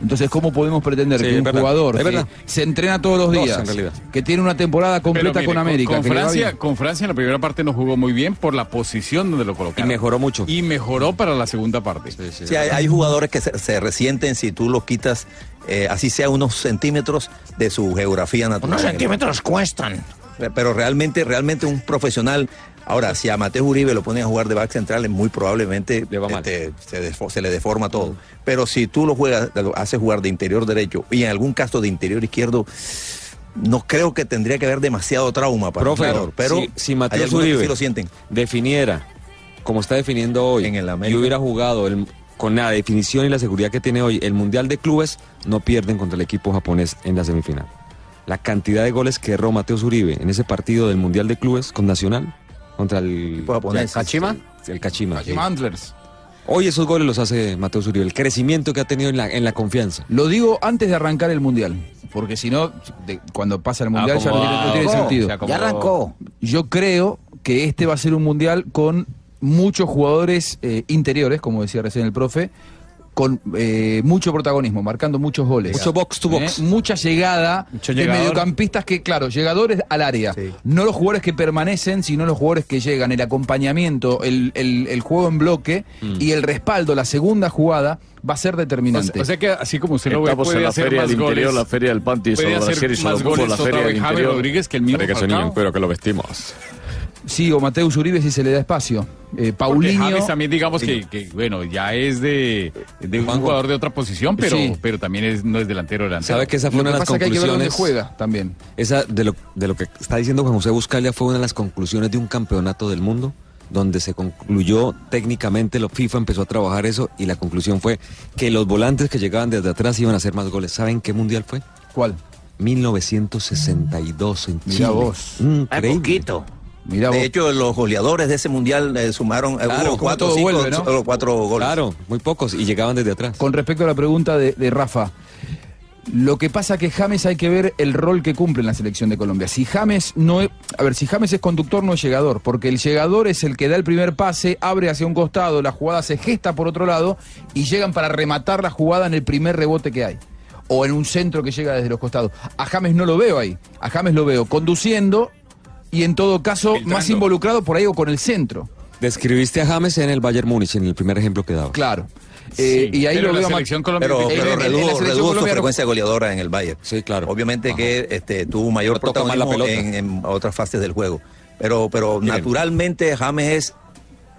S12: Entonces, ¿cómo podemos pretender
S14: Sí,
S12: que
S14: es
S12: un
S14: verdad,
S12: jugador
S14: es
S12: que
S14: verdad.
S12: se entrena todos los
S14: Dos,
S12: días,
S14: en realidad.
S12: que tiene una temporada completa
S7: Pero mire,
S12: con América,
S7: Con,
S12: que le va
S7: Francia,
S12: bien?
S7: con Francia en la primera parte no jugó muy bien por la posición donde lo colocaron. Y
S14: mejoró mucho.
S7: Y mejoró para la segunda parte.
S6: Sí, hay, hay jugadores que se, se resienten si tú los quitas, eh, así sea unos centímetros de su geografía natural.
S8: Unos centímetros cuestan.
S6: Re- Pero realmente, realmente un profesional. Ahora, si a Mateo Uribe lo pones a jugar de back central, muy probablemente este, se, defo- se le deforma todo. Pero si tú lo juegas, lo haces jugar de interior derecho y en algún caso de interior izquierdo, no creo que tendría que haber demasiado trauma para el
S14: Profe,
S6: jugador. Pero
S14: si, si
S6: hay
S14: Mateo
S6: algunos que
S14: Uribe
S6: sí lo sienten.
S14: definiera como está definiendo hoy y hubiera jugado el- con la definición y la seguridad que tiene hoy el Mundial de Clubes, no pierden contra el equipo japonés en la semifinal. La cantidad de goles que erró Mateo Uribe en ese partido del Mundial de Clubes con Nacional contra el
S12: japonés.
S14: Kachima. El Kachima. sí.
S12: Mandlers.
S14: Hoy esos goles los hace Mateo Uribe, el crecimiento que ha tenido en la, en la confianza.
S12: Lo digo antes de arrancar el mundial, porque si no, de- cuando pasa el mundial ya no tiene- no tiene,
S14: Acomodado.
S12: sentido.
S14: Se acomodó. Ya arrancó.
S12: Yo creo que este va a ser un mundial con muchos jugadores eh, interiores, como decía recién el profe, con eh, mucho protagonismo, marcando muchos goles. Eh,
S14: Mucho box to box.
S12: Mucha llegada
S14: Mucho
S12: de
S14: llegador.
S12: mediocampistas que, claro, llegadores al área. No los jugadores que permanecen, sino los jugadores que llegan. El acompañamiento, el, el- el juego en bloque y el respaldo, la segunda jugada, va a ser determinante.
S7: O sea que así como usted lo ve,
S12: Estamos en
S7: puede
S12: la
S7: hacer
S12: feria
S7: más
S12: del
S7: goles.
S12: interior, la feria del
S7: Panty,
S12: Puede hacer más goles otra vez James Rodríguez que el mismo Parece que son Falcao.
S7: pero que lo vestimos.
S12: Sí, o Mateus Uribe si se le da espacio. Eh, Paulinho.
S7: James también digamos que, que, bueno, ya es de, de un jugador de otra posición, pero,
S12: Sí.
S7: pero también es, no es delantero delantero.
S14: ¿Sabe que esa fue una de las conclusiones?
S12: también.
S14: Esa de lo, de lo que está diciendo Juan José Buscalia fue una de las conclusiones de un campeonato del mundo donde se concluyó técnicamente, lo FIFA empezó a trabajar eso y la conclusión fue que los volantes que llegaban desde atrás iban a hacer más goles. ¿Saben qué mundial fue?
S12: ¿Cuál?
S14: 1962 en Chile. Mm.
S6: Mira vos.
S14: Increíble.
S6: Mm, de hecho, los goleadores de ese mundial eh, sumaron eh,
S14: Claro,
S6: hubo
S14: como
S6: cuatro,
S14: todo
S6: cinco,
S14: vuelve, ¿no?
S6: solo cuatro goles.
S14: Claro, muy pocos y llegaban desde atrás.
S12: Con respecto a la pregunta de, de Rafa, lo que pasa que James hay que ver el rol que cumple en la selección de Colombia. Si James no es, a ver, si James es conductor no es llegador, porque el llegador es el que da el primer pase, abre hacia un costado, la jugada se gesta por otro lado y llegan para rematar la jugada en el primer rebote que hay. O en un centro que llega desde los costados. A James no lo veo ahí. A James lo veo conduciendo y en todo caso más involucrado por ahí o con el centro.
S14: Describiste a James en el Bayern Múnich, en el primer ejemplo que daba.
S12: Claro. Eh, y ahí lo veo más-
S6: pero,
S12: En-
S6: pero
S12: en- en la
S6: redujo,
S12: selección
S6: redujo su
S12: colombiana-
S6: frecuencia goleadora en el Bayern.
S14: Sí, claro.
S6: Obviamente que este, tuvo mayor
S14: toca más la
S6: protagonismo
S14: pelota.
S6: en, en otras fases del juego. Pero, pero naturalmente James es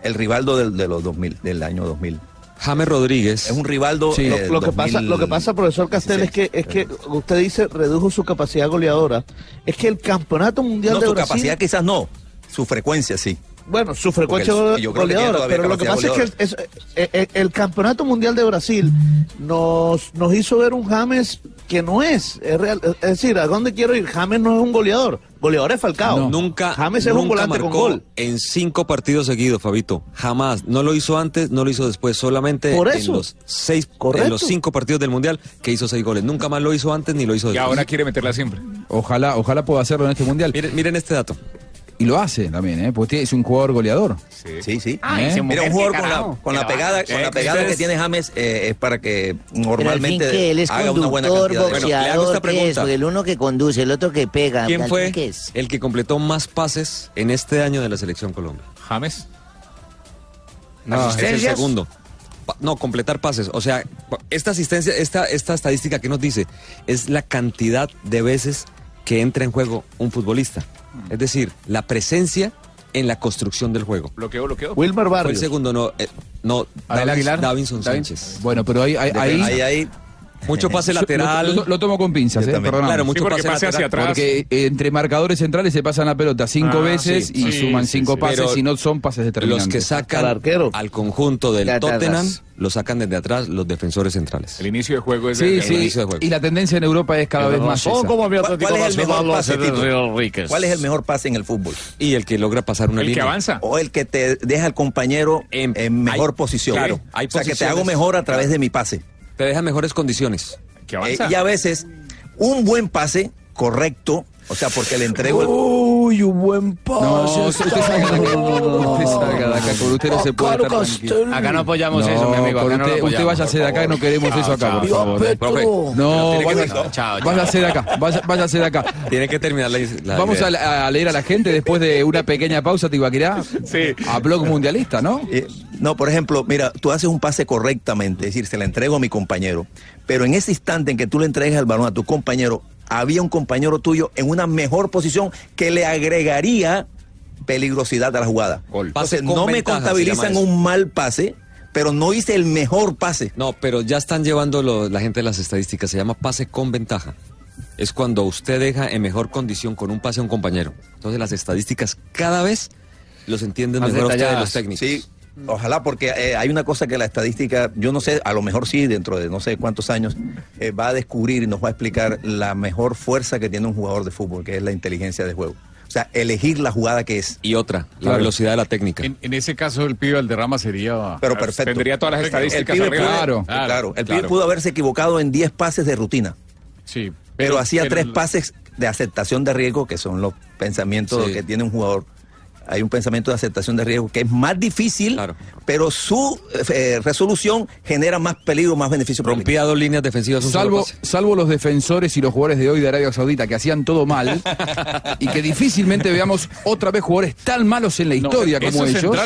S6: el rivaldo del, de los 2000, del año 2000.
S14: James Rodríguez.
S6: Es un rivaldo.
S9: Sí,
S6: eh,
S9: lo, lo que
S6: 2000.
S9: pasa, lo que pasa, profesor Castel, es que, es que usted dice redujo su capacidad goleadora. Es que el campeonato mundial
S6: No,
S9: de
S6: su
S9: Brasil.
S6: capacidad quizás no, su frecuencia sí.
S9: Bueno, su frecuencia
S6: Porque yo creo que tiene
S9: goleadora,
S6: todavía
S9: pero lo que pasa
S6: capacidad
S9: es que es- es- eh, el campeonato mundial de Brasil nos, nos hizo ver un James que no es, es real- es decir, ¿a dónde quiero ir? James no es un goleador, goleador es Falcao.
S14: Nunca,
S9: James es
S14: nunca
S9: un volante con
S14: marcó
S9: gol.
S14: en cinco partidos seguidos, Fabito. Jamás. No lo hizo antes, no lo hizo después. Solamente
S9: Por
S14: en
S9: eso.
S14: los seis,
S9: Correcto.
S14: en los cinco partidos del mundial que hizo seis goles. Nunca más lo hizo antes ni lo hizo
S4: Y
S14: después.
S4: ahora quiere meterla siempre.
S12: Ojalá, ojalá pueda hacerlo en este mundial.
S14: Miren, miren este dato.
S12: Y lo hace también, ¿eh? Porque es un jugador goleador.
S6: Sí, sí.
S12: Ah,
S5: ¿Eh?
S12: ese
S6: Mira,
S12: mujer,
S6: un jugador
S12: qué
S6: con la,
S12: carajo.
S6: con
S12: Que
S6: la
S12: la
S6: pegada,
S12: baja.
S6: con la
S12: Eh,
S6: pegada que
S12: ustedes-
S6: tiene James eh, es para que
S5: Pero al fin
S6: normalmente
S5: que él es
S6: haga una buena
S5: conductor,
S6: cantidad de goles.
S5: boxeador, ¿qué es? Porque el uno que conduce, el otro que pega.
S14: ¿Quién
S5: ¿al
S14: fue
S5: fin qué es?
S14: el que completó más pases en este año de la selección Colombia?
S4: James.
S14: No, es el
S4: ¿Asistencias?
S14: segundo. Pa- No, completar pases. O sea, pa- esta asistencia, esta, esta estadística que nos dice es la cantidad de veces que entra en juego un futbolista.
S12: Mm.
S14: Es decir, la presencia en la construcción del juego.
S4: Bloqueo, bloqueo.
S9: Wilmer
S14: Fue el segundo, no. eh, no,
S12: Abel
S14: Davins-
S12: Aguilar.
S14: Davinson
S12: Davin-
S14: Sánchez.
S12: Bueno, pero ahí- ahí- ahí- Ahí- ahí-
S14: Mucho pase
S12: Yo-
S14: lateral.
S12: Lo, lo- lo tomo con pinzas,
S14: Yo
S12: ¿eh?
S14: también.
S12: Perdóname.
S14: Claro, mucho Sí, porque pase pase lateral. hacia atrás.
S12: Porque eh, entre marcadores centrales se pasan la pelota cinco
S14: Ah,
S12: veces
S14: sí,
S12: y
S14: sí,
S12: suman
S14: sí,
S12: cinco
S14: sí.
S12: pases
S14: Pero
S12: y no son pases
S14: Los
S12: determinantes.
S14: que sacan al, conjunto del
S12: De atrás.
S14: Tottenham lo sacan desde atrás los defensores centrales. El
S4: inicio de juego
S14: es
S12: Sí, sí. Y la tendencia en Europa es cada vez más esa.
S6: ¿Cuál, cuál es el mejor pase, Tito? ¿Cuál es el mejor pase en el fútbol?
S14: Y el que logra pasar una línea.
S6: O el que te deja al compañero en, mejor
S14: hay-
S6: posición.
S14: claro, hay
S6: o sea, que te
S14: posiciones-
S6: hago mejor eh, a través de mi pase.
S14: Te deja mejores condiciones.
S6: Eh, y a veces, un buen pase correcto, o sea, porque le entrego el...
S12: Uy, un buen pase. No,
S21: este
S12: usted salga de acá. Usted salga de acá. Con usted no se puede estar tranquilo.
S13: Acá no apoyamos
S12: No,
S13: eso, mi amigo.
S12: con
S13: Acá no
S12: usted,
S13: lo
S12: usted
S13: apoyamos.
S12: váyase de acá, no queremos
S13: Chao,
S12: eso acá,
S13: chao,
S12: por
S13: chao,
S12: favor.
S13: Petro.
S12: Profe, No,
S14: Tiene que
S12: váyase-
S14: terminar. Chao, chao.
S12: váyase de acá, vaya- váyase de acá.
S14: Tiene que terminar la, la
S12: Vamos
S14: idea.
S12: a, la- a leer a la gente después de una pequeña pausa, Tibaquirá. Sí. A Blog Mundialista, ¿no?
S6: Eh, No, por ejemplo, mira, tú haces un pase correctamente, es decir, se la entrego a mi compañero, pero en ese instante en que tú le entregas el balón a tu compañero, había un compañero tuyo en una mejor posición que le agregaría peligrosidad a la jugada.
S14: Pase
S6: Entonces,
S14: con
S6: no me
S14: ventaja, se
S6: contabilizan
S14: llama eso.
S6: un mal pase, pero no hice el mejor pase.
S14: No, pero ya están llevando lo- la gente las estadísticas. Se llama pase con ventaja. Es cuando usted deja en mejor condición con un pase a un compañero. Entonces las estadísticas cada vez los entienden
S6: Más
S14: mejor a ustedes
S6: detalladas.
S14: los técnicos.
S6: Sí, Ojalá, porque eh, hay una cosa que la estadística, yo no sé, a lo mejor sí, dentro de no sé cuántos años, eh, va a descubrir y nos va a explicar la mejor fuerza que tiene un jugador de fútbol, que es la inteligencia de juego. O sea, elegir la jugada que es.
S14: Y otra, la
S6: Claro.
S14: velocidad de la técnica.
S7: En, en ese caso, el pibe Alderrama sería.
S6: Pero perfecto.
S7: Tendría todas las
S6: El
S7: estadísticas
S6: pibe
S7: arriba.
S6: puede- claro, El pibe pudo haberse equivocado en 10 pases de rutina.
S7: Sí.
S6: Pero, hacía
S7: pero-
S6: tres pases de aceptación de riesgo, que son los pensamientos
S14: Sí.
S6: que tiene un jugador. Hay un pensamiento de aceptación de riesgo que es más difícil, pero su eh, resolución genera más peligro, más beneficio.
S14: Rompía dos líneas defensivas. un solo
S12: Salvo,
S14: pase.
S12: salvo los defensores y los jugadores de hoy de Arabia Saudita que hacían todo mal y que difícilmente veamos otra vez jugadores tan malos en la historia como ellos.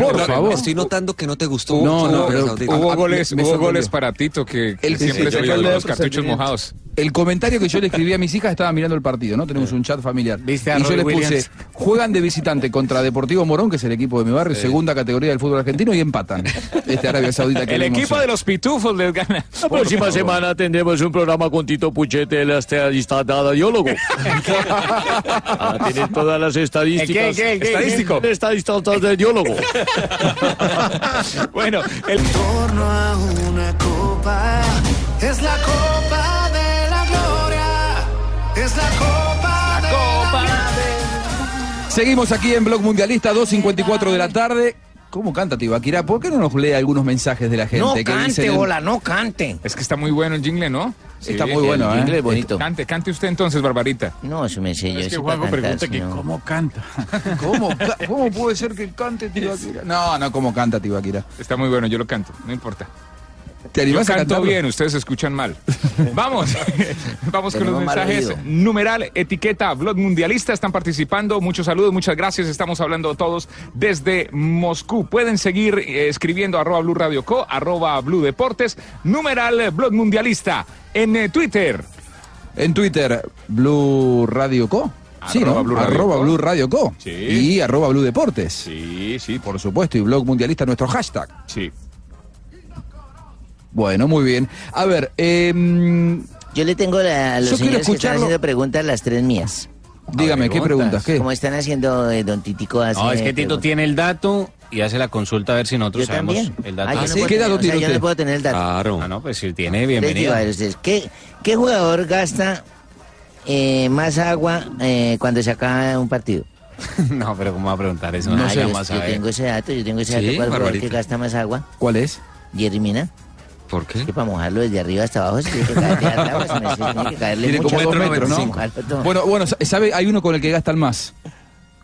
S12: por favor.
S14: Estoy notando que no te gustó.
S12: No,
S14: mucho
S12: no,
S14: Arabia
S12: pero
S14: Saudita.
S12: hubo
S14: Ah,
S12: goles-
S14: me- me
S12: hubo
S14: sorprendió.
S12: goles
S4: para Tito que,
S12: El- sí, sí, yo le doy presentimiento. El comentario que yo le escribí a mis hijas estaba mirando el partido, ¿no? Tenemos un chat familiar.
S14: a
S12: y yo
S14: Roy
S12: le puse,
S14: Williams?
S12: juegan de visitante contra Deportivo Morón, que es el equipo de mi barrio, segunda categoría del fútbol argentino, y empatan. Este Arabia Saudita que
S3: El
S12: vimos
S3: equipo
S12: hoy.
S3: de los pitufos les gana.
S12: La próxima semana
S3: tendremos un programa con Tito Puchete, el estadista radiólogo.
S11: Tiene Ah, todas las
S3: estadísticas.
S11: Estadístico.
S3: El estadista radiólogo. bueno, el...
S21: torno a una copa. Es la copa de la gloria. Es la copa de la
S12: Seguimos aquí en Blog Mundialista, 2.54 de la tarde. ¿Cómo canta Tibaquirá? ¿Por qué no nos lee algunos mensajes de la gente?
S4: No
S12: que
S4: cante,
S12: dicen en-
S4: bola,
S5: no cante.
S4: Es que está muy bueno el jingle, ¿no?
S12: Está muy bueno, ¿eh?
S4: Cante, cante usted entonces, Barbarita.
S5: No, eso me sé yo.
S4: Es que
S5: eso
S4: Juanjo
S5: para cantar,
S4: pregunta que
S5: no.
S4: cómo
S12: canta. ¿Cómo, ca- ¿Cómo puede ser que cante Tibaquirá? No, no, ¿cómo canta Tibaquirá?
S4: Está muy bueno, yo lo canto, no importa.
S12: ¿Te animás
S4: yo
S12: a
S4: canto
S12: cantarlo?
S4: bien, ustedes escuchan mal. Vamos, vamos con los
S12: Tenemos mal
S4: mensajes.
S12: oído.
S4: Numeral, etiqueta, blog mundialista, están participando. Muchos saludos, muchas gracias. Estamos hablando todos desde Moscú. Pueden seguir eh, escribiendo arroba Blue Radio Co, arroba Blue Deportes. Numeral, eh, blog mundialista, en eh, Twitter.
S12: En Twitter, Blue Radio Co. Sí,
S4: Arroba
S12: ¿no?
S4: Blue Radio
S12: arroba
S4: Co.
S12: Blue Radio Co.
S4: Sí.
S12: Y arroba Blue Deportes.
S4: Sí, sí,
S12: Por supuesto, y Blog Mundialista, nuestro hashtag.
S4: Sí.
S12: Bueno, muy bien. A ver,
S5: Yo le tengo la- a los señores que
S12: Yo quiero
S5: están
S12: escucharlo.
S5: haciendo preguntas las tres mías.
S12: Dígame, ¿qué preguntas? ¿Qué?
S5: Como están haciendo eh, Don Titico hace
S13: No, es que Tito
S5: preguntas.
S13: tiene el dato y hace la consulta a ver si nosotros
S5: Yo
S13: sabemos
S5: también.
S13: el dato.
S5: Ah, yo no puedo tener- o sea, yo no puedo tener el dato.
S13: Claro. Ah, no, pues si tiene,
S5: Les digo
S13: bienvenido.
S5: a ustedes, ¿qué, qué jugador gasta eh, más agua eh, cuando se acaba un partido?
S13: no, pero ¿cómo va a preguntar eso?
S5: No,
S13: Nadie
S5: yo,
S13: va a
S5: yo
S13: saber.
S5: tengo ese dato, yo tengo ese dato.
S13: Sí,
S5: ¿Cuál jugador
S13: Barbarita.
S5: que gasta más agua?
S12: ¿Cuál es?
S5: Jerry Mina.
S14: ¿Por qué?
S5: Es que para mojarlo desde arriba hasta abajo se tiene que caerle al agua, se pues, me- se tiene que caerle
S12: Tiene
S5: mucho
S12: como dos
S5: agua para
S12: metros, ¿no?
S5: mojarlo todo.
S12: Bueno, bueno, sa- ¿sabe? Hay uno con el que gastan más.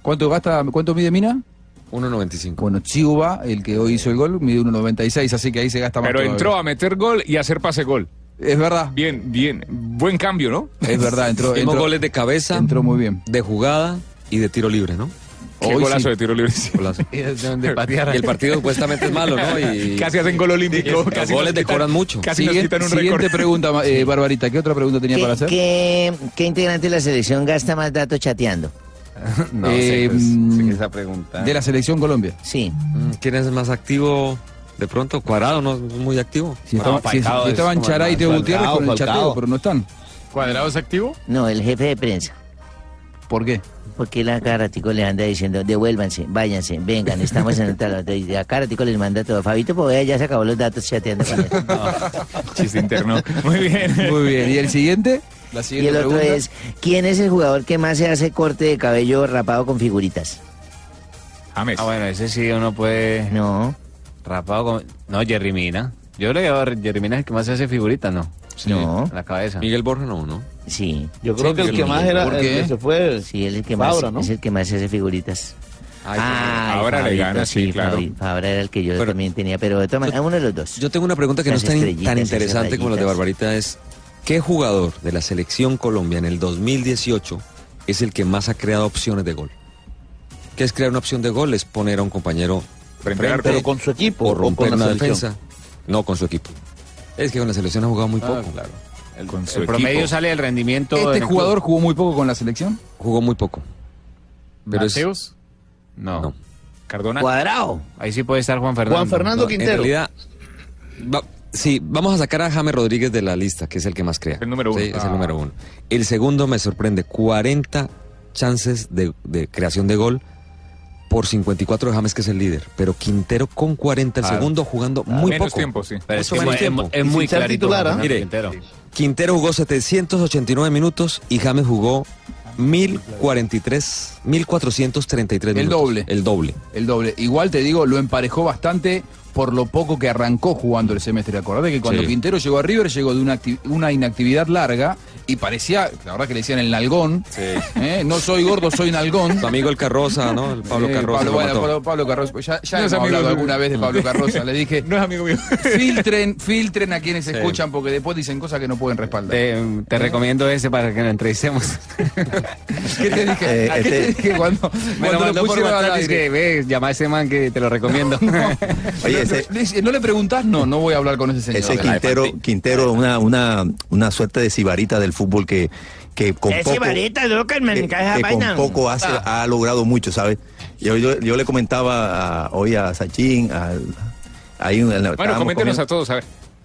S12: ¿Cuánto gasta? ¿Cuánto mide Mina?
S14: 1.95.
S12: Bueno, Chiuba, el que hoy hizo el gol, mide 1.96, así que ahí se gasta más.
S4: Pero
S12: todavía.
S4: entró a meter gol y a hacer pase gol.
S12: Es verdad.
S4: Bien, bien. Buen cambio, ¿no?
S12: Es verdad, entró.
S4: Hicimos
S12: entró
S4: goles
S14: de cabeza.
S12: Entró muy bien.
S14: De jugada y de tiro libre, ¿no?
S4: Qué golazo de tiro libre. sí.
S14: Y el partido supuestamente es malo, ¿no? Y-
S4: Casi hacen gol olímpico.
S14: Los
S4: casi
S14: goles
S4: nos quitan-
S14: decoran mucho.
S4: Casi nos
S12: Siguiente,
S4: quitan un
S12: siguiente
S4: récord.
S12: pregunta, ma- eh, Barbarita. ¿Qué otra pregunta tenía
S5: ¿Qué,
S12: para hacer?
S5: qué- qué integrante de la selección gasta más datos chateando?
S12: Eh,
S4: pues,
S12: mm, De la selección Colombia.
S5: Sí.
S14: Mm, ¿Quién es más activo? De pronto, Cuadrado no es muy activo.
S12: Si, estaba- si- si estaban Chará y Teo Gutiérrez con el chateo, pero no están.
S7: ¿Cuadrado es activo?
S5: No, el jefe de prensa.
S12: ¿Por qué?
S5: Porque la Caratico le anda diciendo, devuélvanse, váyanse, vengan, estamos en el tal. Y a Caratico les manda todo. Fabito Povea ya se acabó los datos chateando con él.
S4: Chiste interno. Muy bien.
S12: Muy bien. ¿Y el siguiente? La
S5: Y el otro es, ¿quién es el jugador que más se hace corte de cabello rapado con figuritas?
S13: Ah, bueno, ese sí uno puede.
S5: No.
S13: Rapado con. No, Jerry Mina. Yo creo que ahora Jerry Mina es el que más hace figuritas, ¿no?
S5: No.
S13: En la
S12: Ah.
S13: cabeza.
S14: Miguel Borja no, ¿no?
S5: Sí.
S9: Yo creo que el que más era el que se fue.
S5: Sí, él es el que más,
S9: Fabra, ¿no?
S5: es el que más se hace figuritas. Ah,
S14: Fabra le gana, sí, claro.
S5: Fabra era el que yo también tenía, pero de todas maneras, uno de los dos.
S14: Yo tengo una pregunta que no es tan, in- tan interesante como la de
S5: Barbarita.
S14: Barbarita es ¿qué jugador de la selección Colombia en el 2018 es el que más ha creado opciones de gol? ¿Qué es crear una opción de gol? Es poner a un compañero frente,
S9: al arco. Pero con su equipo
S14: o
S9: o
S14: romper
S9: con la
S14: una
S9: selección.
S14: defensa. No, con su equipo. Es que con la selección ha jugado muy
S13: Ah,
S14: poco.
S13: claro.
S14: El,
S13: el promedio sale del rendimiento.
S12: ¿Este
S13: del
S12: jugador
S13: club.
S12: jugó muy poco con la selección?
S14: Jugó muy poco. Pero es-
S13: ¿Mateos? No.
S4: Cardona.
S5: Cuadrado.
S13: Ahí sí puede estar Juan Fernando.
S14: No, En realidad, va- sí, vamos a sacar a James Rodríguez de la lista, que es el que más crea.
S4: El número uno.
S14: Sí, es
S4: Ah.
S14: el número uno. El segundo me sorprende, 40 chances de, de creación de gol por 54 de James, que es el líder. Pero Quintero con 40 el
S4: Claro.
S14: segundo jugando
S4: Claro.
S14: muy
S4: Menos
S14: poco.
S4: tiempo, sí. Ah. Pero es
S14: Mucho
S4: que
S14: menos
S4: es-
S14: tiempo.
S4: es muy
S14: Y sin ser
S4: clarito,
S14: titular, ¿ah?
S4: Fernando
S14: Mire,
S4: Quintero.
S14: Quintero. jugó 789 minutos y James jugó 1043, 1433
S12: El
S14: minutos.
S12: doble.
S14: El doble.
S12: El doble. Igual te digo, lo emparejó bastante por lo poco que arrancó jugando el semestre. Acordate que cuando
S14: Sí.
S12: Quintero llegó a River llegó de una, acti- una inactividad larga y parecía, la verdad que le decían el nalgón. ¿eh? No soy gordo, soy nalgón.
S14: Tu amigo el Carroza, ¿no? El Pablo
S12: Eh,
S14: Carroza.
S12: Pablo,
S14: lo
S12: bueno,
S14: mató.
S12: Pablo- Pablo Carroza, pues ya, ya
S14: No es amigo
S12: hemos hablado
S14: tuyo.
S12: alguna vez de Pablo Carroza, le dije. No es amigo mío. Filtren, filtren a quienes
S4: Sí.
S12: escuchan porque después dicen cosas que no pueden respaldar.
S4: Te,
S13: em,
S4: te recomiendo ese para que lo entrevistemos.
S12: ¿Qué te dije? ¿A qué te dije cuando,
S4: Me
S12: cuando
S4: lo mandó por
S12: pusieron al
S4: WhatsApp es
S12: aire?
S4: que ve, llama a ese man que te lo recomiendo.
S12: Oye, no, no le preguntás, no, no voy a hablar con ese señor.
S6: Ese Quintero, Quintero una, una, una suerte de sibarita del fútbol que, que con
S5: Ese
S6: poco...
S5: varita, loca, el
S6: que,
S5: mensaje
S6: que
S5: esa vaina. Ah.
S6: con poco hace, ha logrado mucho, ¿sabes? Yo, yo, yo le comentaba a- hoy a Sachín, al, ahí en la-
S4: Bueno,
S6: estábamos
S4: coméntenos
S6: comiendo,
S4: a todos, a ver.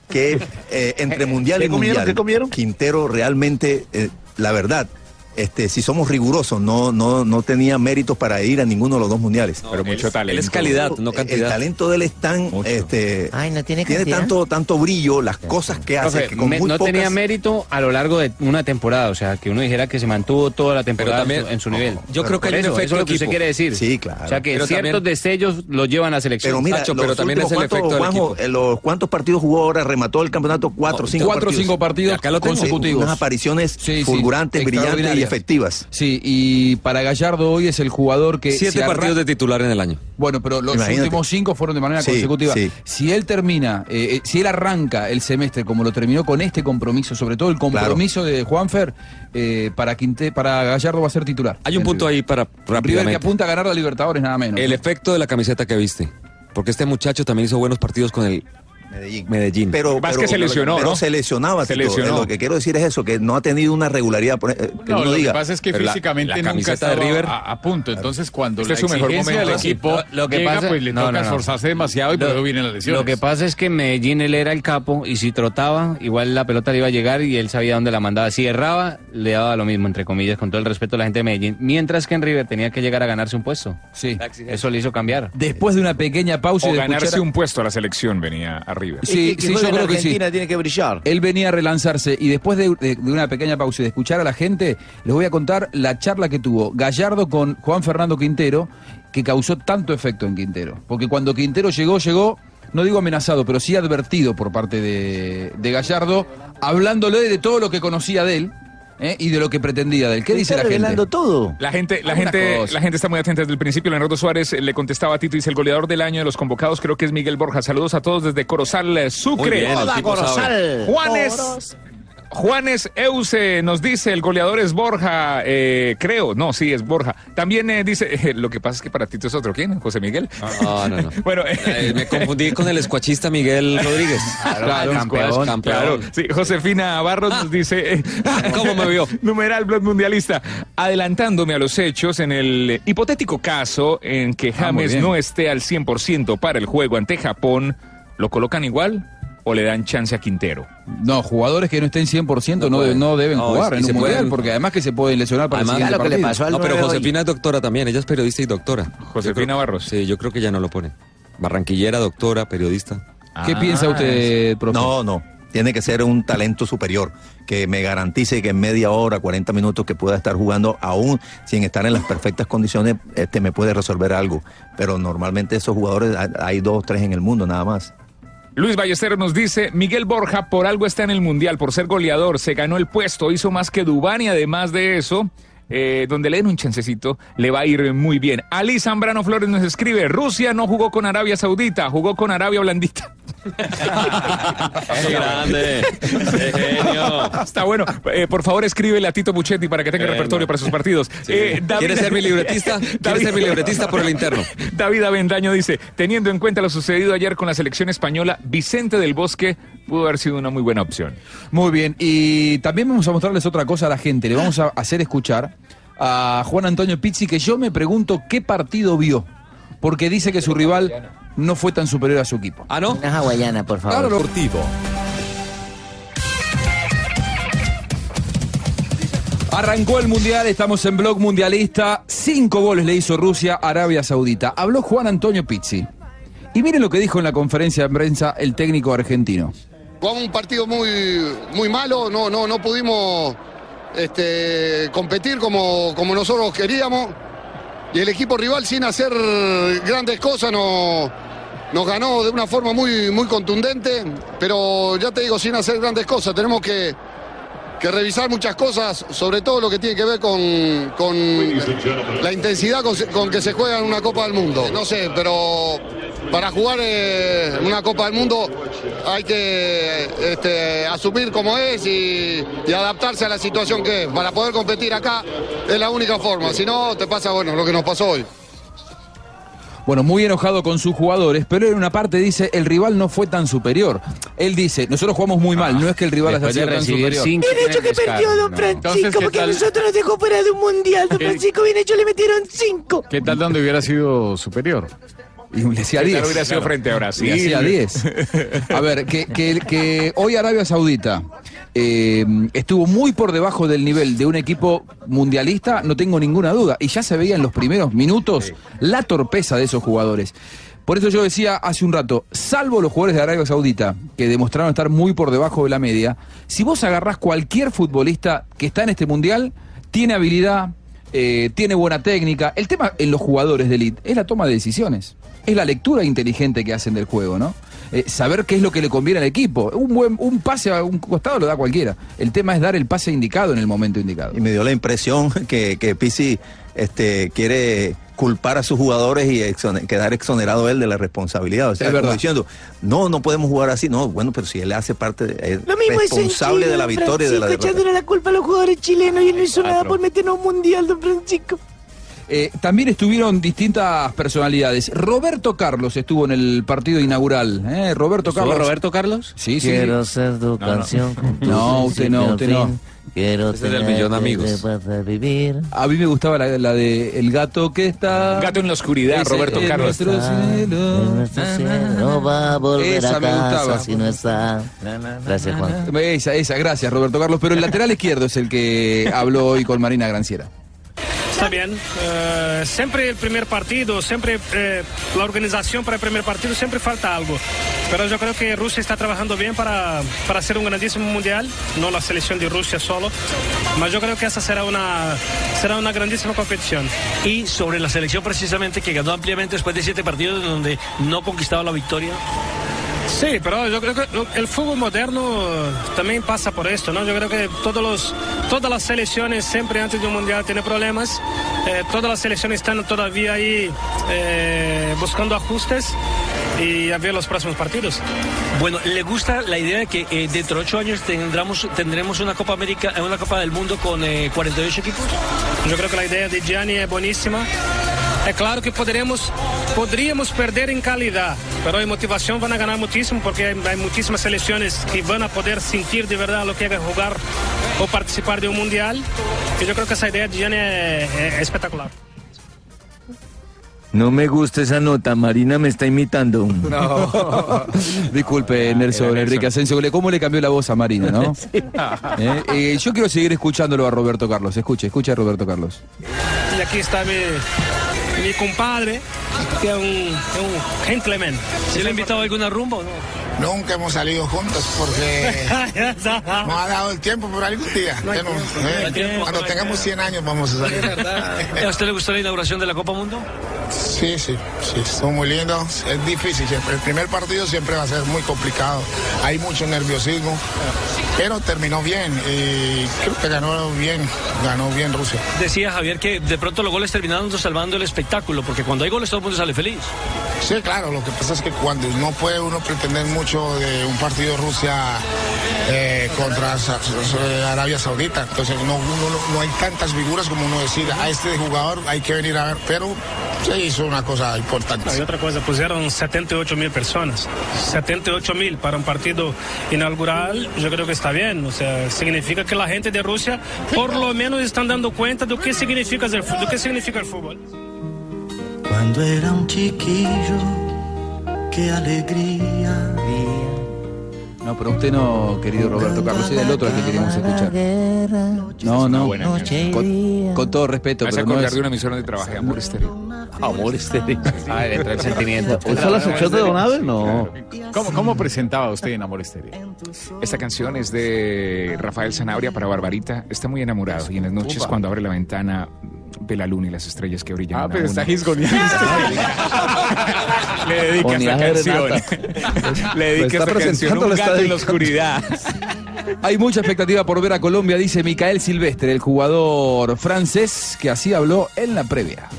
S6: que eh, entre mundial
S4: ¿Qué
S6: y
S4: comieron?
S6: mundial,
S4: ¿Qué
S6: Quintero realmente, eh, la verdad, este, si somos rigurosos, no, no, no tenía méritos para ir a ninguno de los dos mundiales.
S4: Pero mucho talento.
S14: Él es calidad, no
S6: El
S14: cantidad.
S6: talento de él es tan, este, tiene
S4: cantidad.
S6: tanto, tanto brillo, las cosas que hace,
S4: Profe,
S6: que con
S4: me-
S6: muy
S4: no
S6: pocas-
S4: tenía
S3: mérito a lo largo de una temporada, o sea, que uno dijera que se mantuvo toda la temporada
S4: también-
S3: en su- en su nivel.
S4: yo creo que
S3: Por
S4: hay un
S3: eso,
S4: efecto
S3: eso es lo que usted
S4: equipo.
S3: quiere decir.
S6: Sí, claro.
S3: O sea, que
S4: Pero
S3: ciertos
S4: también-
S3: destellos los llevan a selección.
S6: Pero mira,
S3: Nacho,
S6: los últimos cuántos, Juanjo, eh, los- ¿cuántos partidos jugó ahora? Remató el campeonato cuatro,
S12: No,
S6: cinco
S12: cuatro,
S6: partidos.
S12: cinco partidos
S6: Acá lo tengo.
S12: consecutivos.
S6: Unas apariciones
S12: Sí, sí,
S6: fulgurantes, brillantes y
S12: extraordinarias.
S6: efectivas.
S12: Sí, y para Gallardo hoy es el jugador que...
S14: Siete
S12: se arran-
S14: partidos de titular en el año.
S12: Bueno, pero los
S14: Imagínate.
S12: últimos cinco fueron de manera
S14: Sí,
S12: consecutiva.
S14: sí.
S12: Si él termina, eh, eh, si él arranca el semestre como lo terminó con este compromiso, sobre todo el compromiso de Juanfer, eh, para, Quinte- para Gallardo va a ser titular.
S14: Hay un punto ahí para
S12: River que
S14: rápidamente.
S12: apunta a ganar la Libertadores nada menos.
S14: El efecto de la camiseta que viste. Porque este muchacho también hizo buenos partidos con el
S6: Medellín.
S14: Medellín.
S6: Pero,
S14: Más
S6: pero-
S14: que se lesionó,
S6: pero
S14: ¿no?
S6: se lesionaba.
S14: Se
S6: Tito.
S14: lesionó.
S6: Lo que quiero decir es eso, que no ha tenido una regularidad. por- eh, que
S7: No,
S6: uno
S7: lo
S6: diga.
S7: que pasa es que
S6: Pero la-
S7: físicamente
S6: la
S7: nunca
S6: camiseta
S7: estaba
S6: de River.
S7: a, a punto. Entonces, cuando
S4: Este
S7: la
S4: es su mejor
S7: exigencia del
S4: momento.
S7: equipo
S4: Lo- lo que
S7: llega,
S4: pasa-
S7: pues le
S4: no,
S7: toca
S4: no, no.
S7: esforzarse demasiado y por eso vienen las lesiones.
S3: Lo que pasa es que en Medellín él era el capo y si trotaba, igual la pelota le iba a llegar y él sabía dónde la mandaba. Si erraba, le daba lo mismo, entre comillas, con todo el respeto a la gente de Medellín. Mientras que en River tenía que llegar a ganarse un puesto.
S12: Sí.
S3: Eso le hizo cambiar.
S12: Después de una pequeña pausa
S3: O
S12: y de
S3: ganarse
S12: escuchar a-
S3: un
S4: puesto a la selección venía arriba.
S12: Sí, sí, yo creo que sí.
S8: tiene que brillar.
S12: Él venía a relanzarse y después de, de- de una pequeña pausa y de escuchar a la gente, les voy a contar la charla que tuvo Gallardo con Juan Fernando Quintero, que causó tanto efecto en Quintero. Porque cuando Quintero llegó, llegó, no digo amenazado, pero sí advertido por parte de, de Gallardo, hablándole de todo lo que conocía de él ¿eh? y de lo que pretendía de él. ¿Qué dice la gente?
S8: todo.
S4: La gente, la
S12: Algunas
S4: gente,
S12: cosas.
S4: la gente está muy atenta desde el principio. Leonardo Suárez eh, le contestaba a Tito, dice el goleador del año de los convocados, creo que es Miguel Borja. Saludos a todos desde Corozal, eh, Sucre.
S21: bien, el Hola, tipo Corozal. sabe.
S4: Juanes. Juanes Euse nos dice, el goleador es Borja, eh, creo, no, sí, es Borja. También eh, dice, eh, lo que pasa es que para Tito es otro, ¿quién? José Miguel.
S14: Ah, No, no, no.
S4: bueno,
S14: Eh, me confundí con el escuachista Miguel Rodríguez.
S4: Claro,
S14: campeón. Ah.
S4: Claro, sí, Josefina Barros nos dice. ¿Cómo me vio? Numeral Blog Mundialista. Adelantándome a los hechos, en el eh, hipotético caso en que
S14: Ah,
S12: muy
S4: James
S12: bien.
S4: no esté al 100% para el juego ante Japón, ¿lo colocan igual o le dan chance a Quintero?
S12: No, jugadores que no estén 100% no, de- no deben
S14: No,
S12: jugar
S14: y
S12: en
S14: se
S12: un mundial,
S14: pueden-
S12: porque además que se pueden lesionar para el
S14: Además,
S12: siguiente partido.
S14: no, pero Josefina es doctora también, ella es periodista y doctora.
S4: Josefina Barros.
S14: Sí, yo creo que ya no lo pone. Barranquillera, doctora, periodista.
S12: ¿Qué
S20: Ah,
S12: piensa usted, profe?
S6: No, no. Tiene que ser un talento superior que me garantice que en media hora, 40 minutos que pueda estar jugando, aún sin estar en las perfectas condiciones, este me puede resolver algo. Pero normalmente esos jugadores hay- hay dos, tres en el mundo nada más.
S4: Luis Ballesteros nos dice, Miguel Borja por algo está en el Mundial, por ser goleador, se ganó el puesto, hizo más que Dubán y además de eso, eh, donde le den un chancecito, le va a ir muy bien. Ali Zambrano Flores nos escribe, Rusia no jugó con Arabia Saudita, jugó con Arabia Blandita.
S21: grande.
S4: Está bueno. Eh, por favor, escríbele a Tito Buchetti para que tenga repertorio para sus partidos. Eh,
S14: ¿Quieres ser mi libretista? ¿Quieres ser mi libretista por el interno?
S4: David Avendaño dice, teniendo en cuenta lo sucedido ayer con la selección española, Vicente del Bosque pudo haber sido una muy buena opción.
S12: Muy bien, y también vamos a mostrarles otra cosa a la gente. Le vamos a hacer escuchar a Juan Antonio Pizzi, que yo me pregunto qué partido vio, porque dice que su rival no fue tan superior a su equipo.
S14: Ah, ¿no?
S5: Una hawaiana, por favor.
S12: Deportivo. Arrancó el Mundial, estamos en Blog Mundialista. Cinco goles le hizo Rusia a Arabia Saudita. Habló Juan Antonio Pizzi. Y miren lo que dijo en la conferencia de prensa el técnico argentino.
S22: Jugamos un partido muy, muy malo, no, no, no pudimos este, competir como, como nosotros queríamos. Y el equipo rival, sin hacer grandes cosas, no- nos ganó de una forma muy, muy contundente. Pero ya te digo, sin hacer grandes cosas, tenemos que, que revisar muchas cosas, sobre todo lo que tiene que ver con, con la intensidad con, se- con que se juega en una Copa del Mundo. No sé, pero para jugar eh, una Copa del Mundo hay que este, asumir como es y, y adaptarse a la situación que es. Para poder competir acá es la única forma, si no te pasa bueno lo que nos pasó hoy.
S12: Bueno, muy enojado con sus jugadores, pero en una parte dice, el rival no fue tan superior. Él dice, nosotros jugamos muy mal, no es que el rival haya
S3: Ah, después de
S12: sido tan
S3: recibir
S12: superior.
S3: cinco,
S20: Bien hecho que perdió Don Francisco, porque a nosotros nos dejó fuera de un mundial. Don
S7: ¿Qué?
S20: Francisco, bien hecho, le metieron cinco.
S7: ¿Qué tal donde hubiera sido superior?
S12: Y le hacía
S7: ¿Qué tal
S12: 10.
S7: hubiera sido
S12: Claro.
S7: frente a Brasil?
S12: Le hacía 10. A ver, que, que- que hoy Arabia Saudita eh, estuvo muy por debajo del nivel de un equipo mundialista, no tengo ninguna duda. Y ya se veía en los primeros minutos la torpeza de esos jugadores. Por eso yo decía hace un rato, salvo los jugadores de Arabia Saudita, que demostraron estar muy por debajo de la media, si vos agarrás cualquier futbolista que está en este mundial, tiene habilidad, eh, tiene buena técnica. El tema en los jugadores de elite es la toma de decisiones. Es la lectura inteligente que hacen del juego, ¿no? Eh, saber qué es lo que le conviene al equipo. Un buen un pase a un costado lo da cualquiera. El tema es dar el pase indicado en el momento indicado.
S6: Y me dio la impresión que, que Pizzi este, quiere culpar a sus jugadores y exone- quedar exonerado él de la responsabilidad. O sea,
S12: Es
S6: como
S12: verdad.
S6: diciendo, no, no podemos jugar así. No, bueno, pero si él hace parte, de- es
S20: Lo mismo hizo en
S6: responsable
S20: Chile,
S6: de la
S20: don
S6: victoria y de la
S20: Francisco,
S6: derrota.
S20: echándole la culpa a los jugadores chilenos y no hizo nada por meternos a un mundial, don Francisco.
S12: Eh, también estuvieron distintas personalidades. Roberto Carlos estuvo en el partido inaugural. ¿eh? Roberto
S3: ¿Estuvo
S12: Carlos.
S3: Roberto Carlos?
S12: Sí, sí.
S3: Quiero ser tu
S12: No, no.
S3: canción con tu
S12: No, usted no, usted no.
S3: Quiero
S12: Ese es del millón de amigos. A mí me gustaba la, la de El gato que está.
S3: Gato en la oscuridad, Roberto Carlos.
S12: nuestro
S5: Ah,
S12: cielo.
S20: Ah, No va a volver
S12: Esa
S20: a
S12: me
S20: casa
S12: gustaba.
S20: si no está. Gracias, Juan.
S12: Esa, esa, gracias Roberto Carlos. Pero el lateral izquierdo es el que habló hoy con Marina Granciera.
S23: Está bien. Eh, siempre el primer partido, siempre eh, la organización para el primer partido, siempre falta algo. Pero yo creo que Rusia está trabajando bien para, para hacer un grandísimo mundial, no la selección de Rusia solo. Pero yo creo que esa será una, será una grandísima competición.
S17: Y sobre la selección precisamente que ganó ampliamente después de siete partidos en donde no conquistaba la victoria.
S23: Sí, pero yo creo que lo- el fútbol moderno eh, también pasa por esto, ¿no? Yo creo que todos los, todas las selecciones siempre antes de un mundial tienen problemas, eh, todas las selecciones están todavía ahí eh, buscando ajustes y a ver los próximos partidos.
S17: Bueno, ¿le gusta la idea de que eh, dentro de ocho años tendremos, tendremos una Copa América, eh, una Copa del Mundo con eh, 48 equipos?
S23: Yo creo que la idea de Gianni es buenísima. É claro que poderemos, poderíamos perder em qualidade, mas em motivação vão ganhar muitíssimo, porque há muitíssimas seleções que vão poder sentir de verdade o que é jogar ou participar de um mundial. E eu creo que essa ideia de Gianni é, é- é espetacular.
S24: No me gusta esa nota, Marina me está imitando.
S12: No. Disculpe, Nelson Enrique Asensio. le- ¿Cómo le cambió la voz a Marina, no? Eh, eh, yo quiero seguir escuchándolo a Roberto Carlos. Escuche, escuche a Roberto Carlos.
S23: E aqui está meu, meu compadre, que é um, é um gentleman.
S17: ¿Se le ha invitado a alguna rumba o no?
S25: Nunca hemos salido juntos porque no ha dado el tiempo por algún día. Ya no- eh,
S17: no hay tiempo,
S25: cuando
S17: no hay
S25: tengamos 100 años vamos a salir.
S17: ¿A usted le gustó la inauguración de la Copa Mundo?
S25: Sí, sí, sí, son muy lindos. Es difícil, siempre. el primer partido siempre va a ser muy complicado. Hay mucho nerviosismo, pero terminó bien y creo que ganó bien, ganó bien Rusia.
S17: Decía Javier que de pronto los goles terminaron salvando el espectáculo, porque cuando hay goles todo el mundo sale feliz.
S25: Sí, claro, lo que pasa es que cuando no puede uno pretender mucho de un partido Rusia eh, contra Sa- Sa- Arabia Saudita, entonces no, uno no- no hay tantas figuras como uno decir, a este jugador hay que venir a ver, pero se hizo una cosa importante.
S23: Y otra cosa, pues, pusieron 78 mil personas. 78 mil para un partido inaugural, yo creo que está bien. O sea, significa que la gente de Rusia por lo menos están dando cuenta de qué significa el, fu- de qué significa el fútbol.
S21: Cuando era un chiquillo, qué alegría.
S12: No, pero usted no, querido Roberto Carlos, es el otro al que queremos escuchar. No, no, con, con todo respeto.
S4: Me hace
S12: pero no
S4: acordar
S12: es-
S4: de una emisora donde trabajé, Amor Estéreo.
S12: Amor estéril.
S4: Ah, le trae el sentimiento.
S12: ¿Eso lo escuchó de Don Abel? No.
S4: ¿Cómo, cómo presentaba usted en Amor Estéreo? Esta canción es de Rafael Sanabria para Barbarita. Está muy enamorado y en las noches
S7: Upa.
S4: cuando abre la ventana ve la luna y las estrellas que brillan.
S7: Ah,
S4: una
S7: pero
S4: a
S7: está
S4: una.
S7: gisgoneando.
S4: Le dedica esta
S7: Boniaje de
S4: canción.
S12: Lo
S4: Le dedica
S12: está
S4: esta canción.
S12: presentando,
S4: Un
S12: lo está
S4: gato en
S12: dedicando.
S4: la oscuridad.
S12: Hay mucha expectativa por ver a Colombia, dice Micael Silvestre, el jugador francés que así habló en la previa.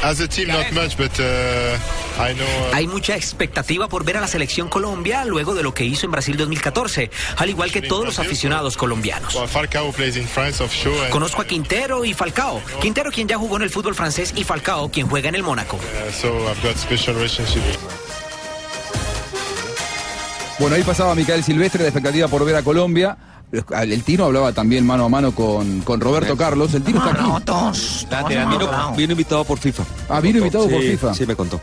S1: As a team, not much, but uh, I know.
S26: Hay mucha expectativa por ver a la selección Colombia luego de lo que hizo en Brasil 2014, al igual que todos los aficionados colombianos. Conozco a Quintero y Falcao. Quintero quien ya jugó en el fútbol francés y Falcao quien juega en el Mónaco.
S1: uh, so I've got special relationship.
S12: Bueno, ahí pasaba Micael Silvestre, la expectativa por ver a Colombia. El Tino hablaba también mano a mano con, con Roberto Carlos. El Tino está aquí.
S14: Vino, vino invitado por FIFA.
S12: Ah, vino invitado por
S14: Sí,
S12: FIFA.
S14: Sí, me contó.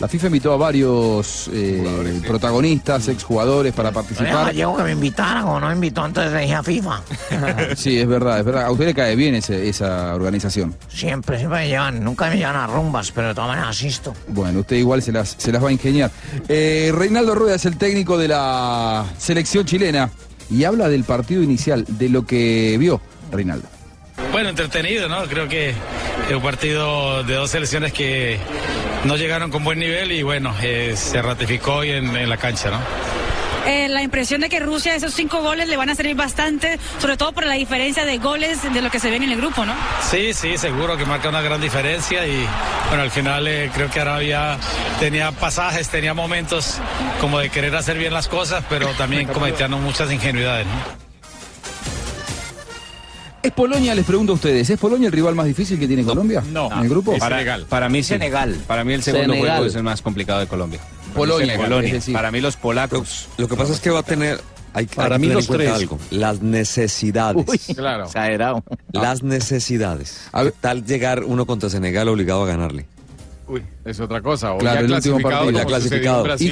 S12: La FIFA invitó a varios eh, protagonistas, exjugadores para participar.
S5: llevo que me invitaran o no me invitó antes de ir a FIFA.
S12: Sí, es verdad, es verdad. A usted le cae bien ese- esa organización.
S5: Siempre, siempre me llevan, nunca me llevan a rumbas, pero de todas maneras asisto.
S12: Bueno, usted igual se las, se las va a ingeniar. Eh, Reinaldo Rueda es el técnico de la selección chilena y habla del partido inicial, de lo que vio Reinaldo.
S27: Bueno, entretenido, ¿no? Creo que es un partido de dos selecciones que no llegaron con buen nivel y bueno, eh, se ratificó hoy en, en la cancha, ¿no?
S10: Eh, la impresión de que Rusia esos cinco goles le van a servir bastante, sobre todo por la diferencia de goles de lo que se ven en el grupo, ¿no?
S27: Sí, sí, seguro que marca una gran diferencia y bueno, al final eh, creo que Arabia tenía pasajes, tenía momentos como de querer hacer bien las cosas, pero también cometiendo muchas ingenuidades, ¿no?
S12: ¿Es Polonia, les pregunto a ustedes, ¿es Polonia el rival más difícil que tiene Colombia? No. ¿En el grupo?
S3: Para, para mí sí. Para mí el segundo
S12: Senegal.
S3: juego es el más complicado de Colombia. Para mí
S12: Polonia,
S3: Senegal.
S12: es
S3: Polonia.
S12: decir-
S3: Para mí los polacos.
S14: Lo que pasa es que va a tener. Hay, hay
S3: Para
S14: que
S3: mí
S14: tener
S3: los
S14: en cuenta
S3: tres.
S14: algo. Las necesidades.
S3: claro.
S14: Exagerado. Las necesidades. ¿Qué tal llegar uno contra Senegal obligado a ganarle?
S7: Uy, es otra cosa. O
S14: Claro,
S7: ya
S14: el último
S7: clasificado
S14: partido. Ya
S7: como sucedió en
S14: clasificado.
S7: Brasil
S12: ¿Y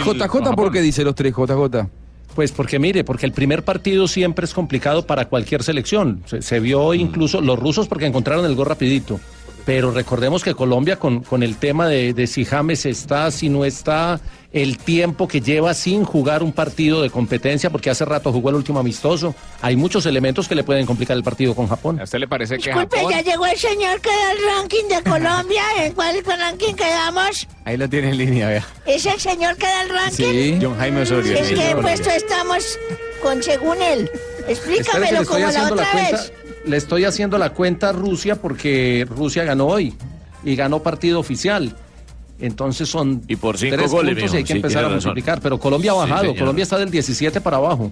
S12: JJ por qué dice los tres, JJ?
S28: Pues porque mire, porque el primer partido siempre es complicado para cualquier selección. Se, se vio hoy incluso los rusos porque encontraron el gol rapidito. Pero recordemos que Colombia con, con el tema de, de si James está, si no está, el tiempo que lleva sin jugar un partido de competencia, porque hace rato jugó el último amistoso, hay muchos elementos que le pueden complicar el partido con Japón.
S4: ¿A usted le parece que
S10: Disculpe,
S4: Japón?
S10: ya llegó el señor que da el ranking de Colombia. ¿En cuál ranking quedamos?
S3: Ahí lo tiene en línea, vea.
S10: ¿Es el señor que da el ranking?
S3: John Jaime Osorio.
S10: Es
S3: sí,
S10: que
S3: Colombia.
S10: puesto estamos con según él.
S28: Espérese, le
S10: Explícamelo
S28: estoy
S10: como la
S28: haciendo la
S10: otra
S28: cuenta-
S10: vez.
S28: Le estoy haciendo la cuenta a Rusia porque Rusia ganó hoy y ganó partido oficial. Entonces son y por
S11: cinco
S28: tres
S11: goles,
S28: puntos
S11: mijo,
S28: y hay que
S11: sí,
S28: empezar a
S11: tiene razón.
S28: multiplicar. Pero Colombia ha
S11: Sí,
S28: bajado,
S11: señor.
S28: Colombia está del 17 para abajo.